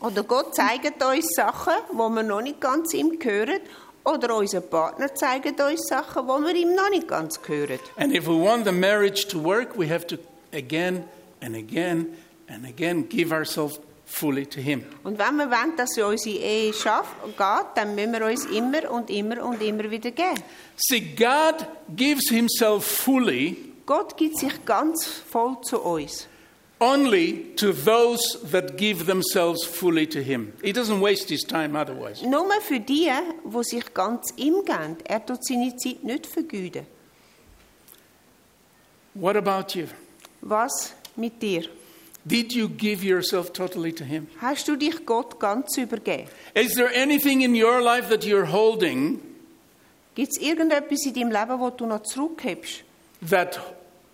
Speaker 2: Oder Gott zeigt uns Sachen, wo wir noch nicht ganz ihm hören. Oder unser Partner zeigt uns Sachen, wo wir ihm noch nicht ganz hören.
Speaker 1: And if we want the marriage to work, we have to again and again and again give ourselves fully to Him.
Speaker 2: Und wenn wir wollen, dass unsere Ehe schafft, geht, dann müssen wir uns immer und immer und immer wieder geben.
Speaker 1: See, God gives Himself fully
Speaker 2: Gott gibt sich ganz voll zu uns.
Speaker 1: only to those that give themselves fully to Him. He doesn't waste His time otherwise.
Speaker 2: Nur für die, wo sich ganz ihm geben. Er tut seine Zeit nicht vergeuden.
Speaker 1: What about you?
Speaker 2: Was mit dir?
Speaker 1: Did you give yourself totally to Him?
Speaker 2: Hast du dich Gott ganz übergeben?
Speaker 1: Is there anything in your life that you're holding
Speaker 2: Gibt es irgendetwas in deinem Leben, wo du noch zurückhebst?
Speaker 1: that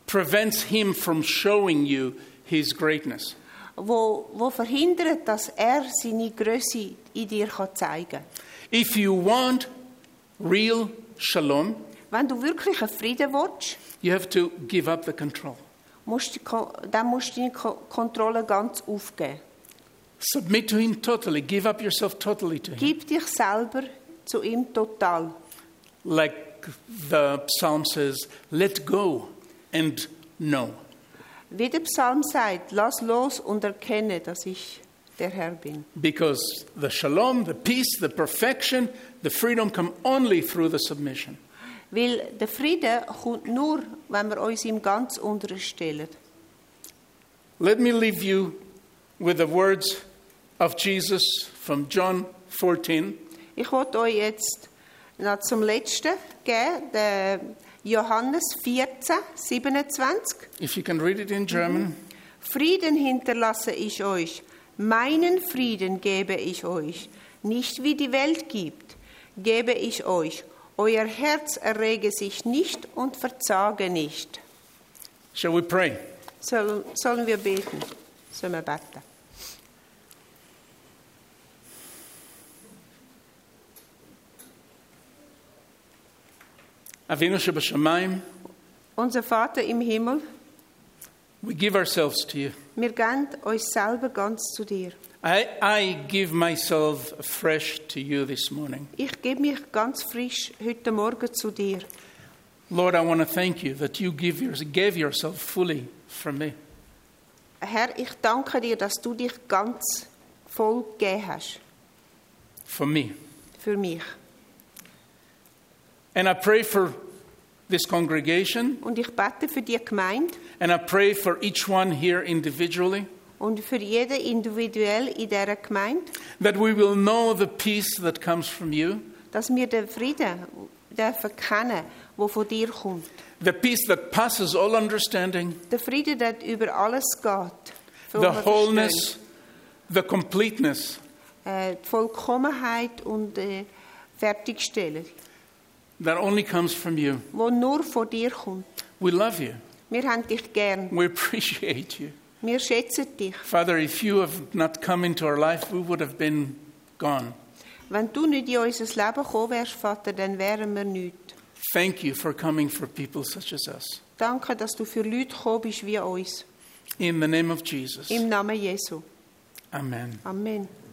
Speaker 1: prevents him from showing you his greatness.
Speaker 2: wo, wo verhindert, dass er seine Größe in dir kann zeigen kann.
Speaker 1: If you want real shalom,
Speaker 2: Wenn du wirklich einen Frieden willst,
Speaker 1: you have to give up the control.
Speaker 2: musst du, ko- dann musst du deine Ko- Kontrolle ganz aufgeben.
Speaker 1: Submit to him totally, give up yourself totally to him.
Speaker 2: Gib dich selber zu ihm total.
Speaker 1: Like the psalm says, let go and know.
Speaker 2: Wie der Psalm sagt, lass los und erkenne, dass ich der Herr bin.
Speaker 1: Because the shalom, the peace, the perfection, the freedom come only through the submission.
Speaker 2: Weil der Friede kommt nur, wenn wir uns ihm ganz unterstellen.
Speaker 1: Let me leave you with the words of Jesus from John 14.
Speaker 2: Ich wollte euch jetzt noch zum Letzten geben, den Johannes 14, 27.
Speaker 1: If you can read it in German.
Speaker 2: Frieden hinterlasse ich euch, meinen Frieden gebe ich euch, nicht wie die Welt gibt, gebe ich euch. Euer Herz errege sich nicht und verzage nicht.
Speaker 1: Shall we pray?
Speaker 2: Sollen, sollen wir beten? Sollen wir beten?
Speaker 1: Avinu Shabashamayim,
Speaker 2: Unser Vater im Himmel,
Speaker 1: we give ourselves to you.
Speaker 2: wir geben euch selber ganz zu dir.
Speaker 1: I, I give myself afresh to you this morning.
Speaker 2: Ich gebe mich ganz frisch heute Morgen zu dir.
Speaker 1: Lord, I want to thank you that you give yours, gave yourself fully for me.
Speaker 2: Herr, ich danke dir, dass du dich ganz voll gegeben hast
Speaker 1: For me.
Speaker 2: für mich.
Speaker 1: And I pray for this congregation,
Speaker 2: Und ich bete für die Gemeinde,
Speaker 1: and I pray for each one here individually,
Speaker 2: Und für jeden individuell in dieser Gemeinde,
Speaker 1: that we will know the peace that comes from you,
Speaker 2: dass wir den Frieden dürfen kennen, der von dir kommt.
Speaker 1: the peace that passes all understanding,
Speaker 2: Der Frieden, der über alles geht.
Speaker 1: the
Speaker 2: wo wir verstehen.
Speaker 1: wholeness, the completeness
Speaker 2: Äh, die Vollkommenheit und äh, Fertigstellung,
Speaker 1: that only comes from you.
Speaker 2: wo nur von dir kommt.
Speaker 1: We love you.
Speaker 2: Wir haben dich gern.
Speaker 1: We appreciate you.
Speaker 2: Wir schätzen dich.
Speaker 1: Father, if you have not come into our life, we would have been gone.
Speaker 2: Wenn du nicht in unser Leben gekommen wärst, Vater, dann wären wir nicht.
Speaker 1: Thank you for coming for people such as us.
Speaker 2: Danke, dass du für Leute gekommen bist wie uns.
Speaker 1: In the name of Jesus.
Speaker 2: Im Namen Jesu.
Speaker 1: Amen.
Speaker 2: Amen.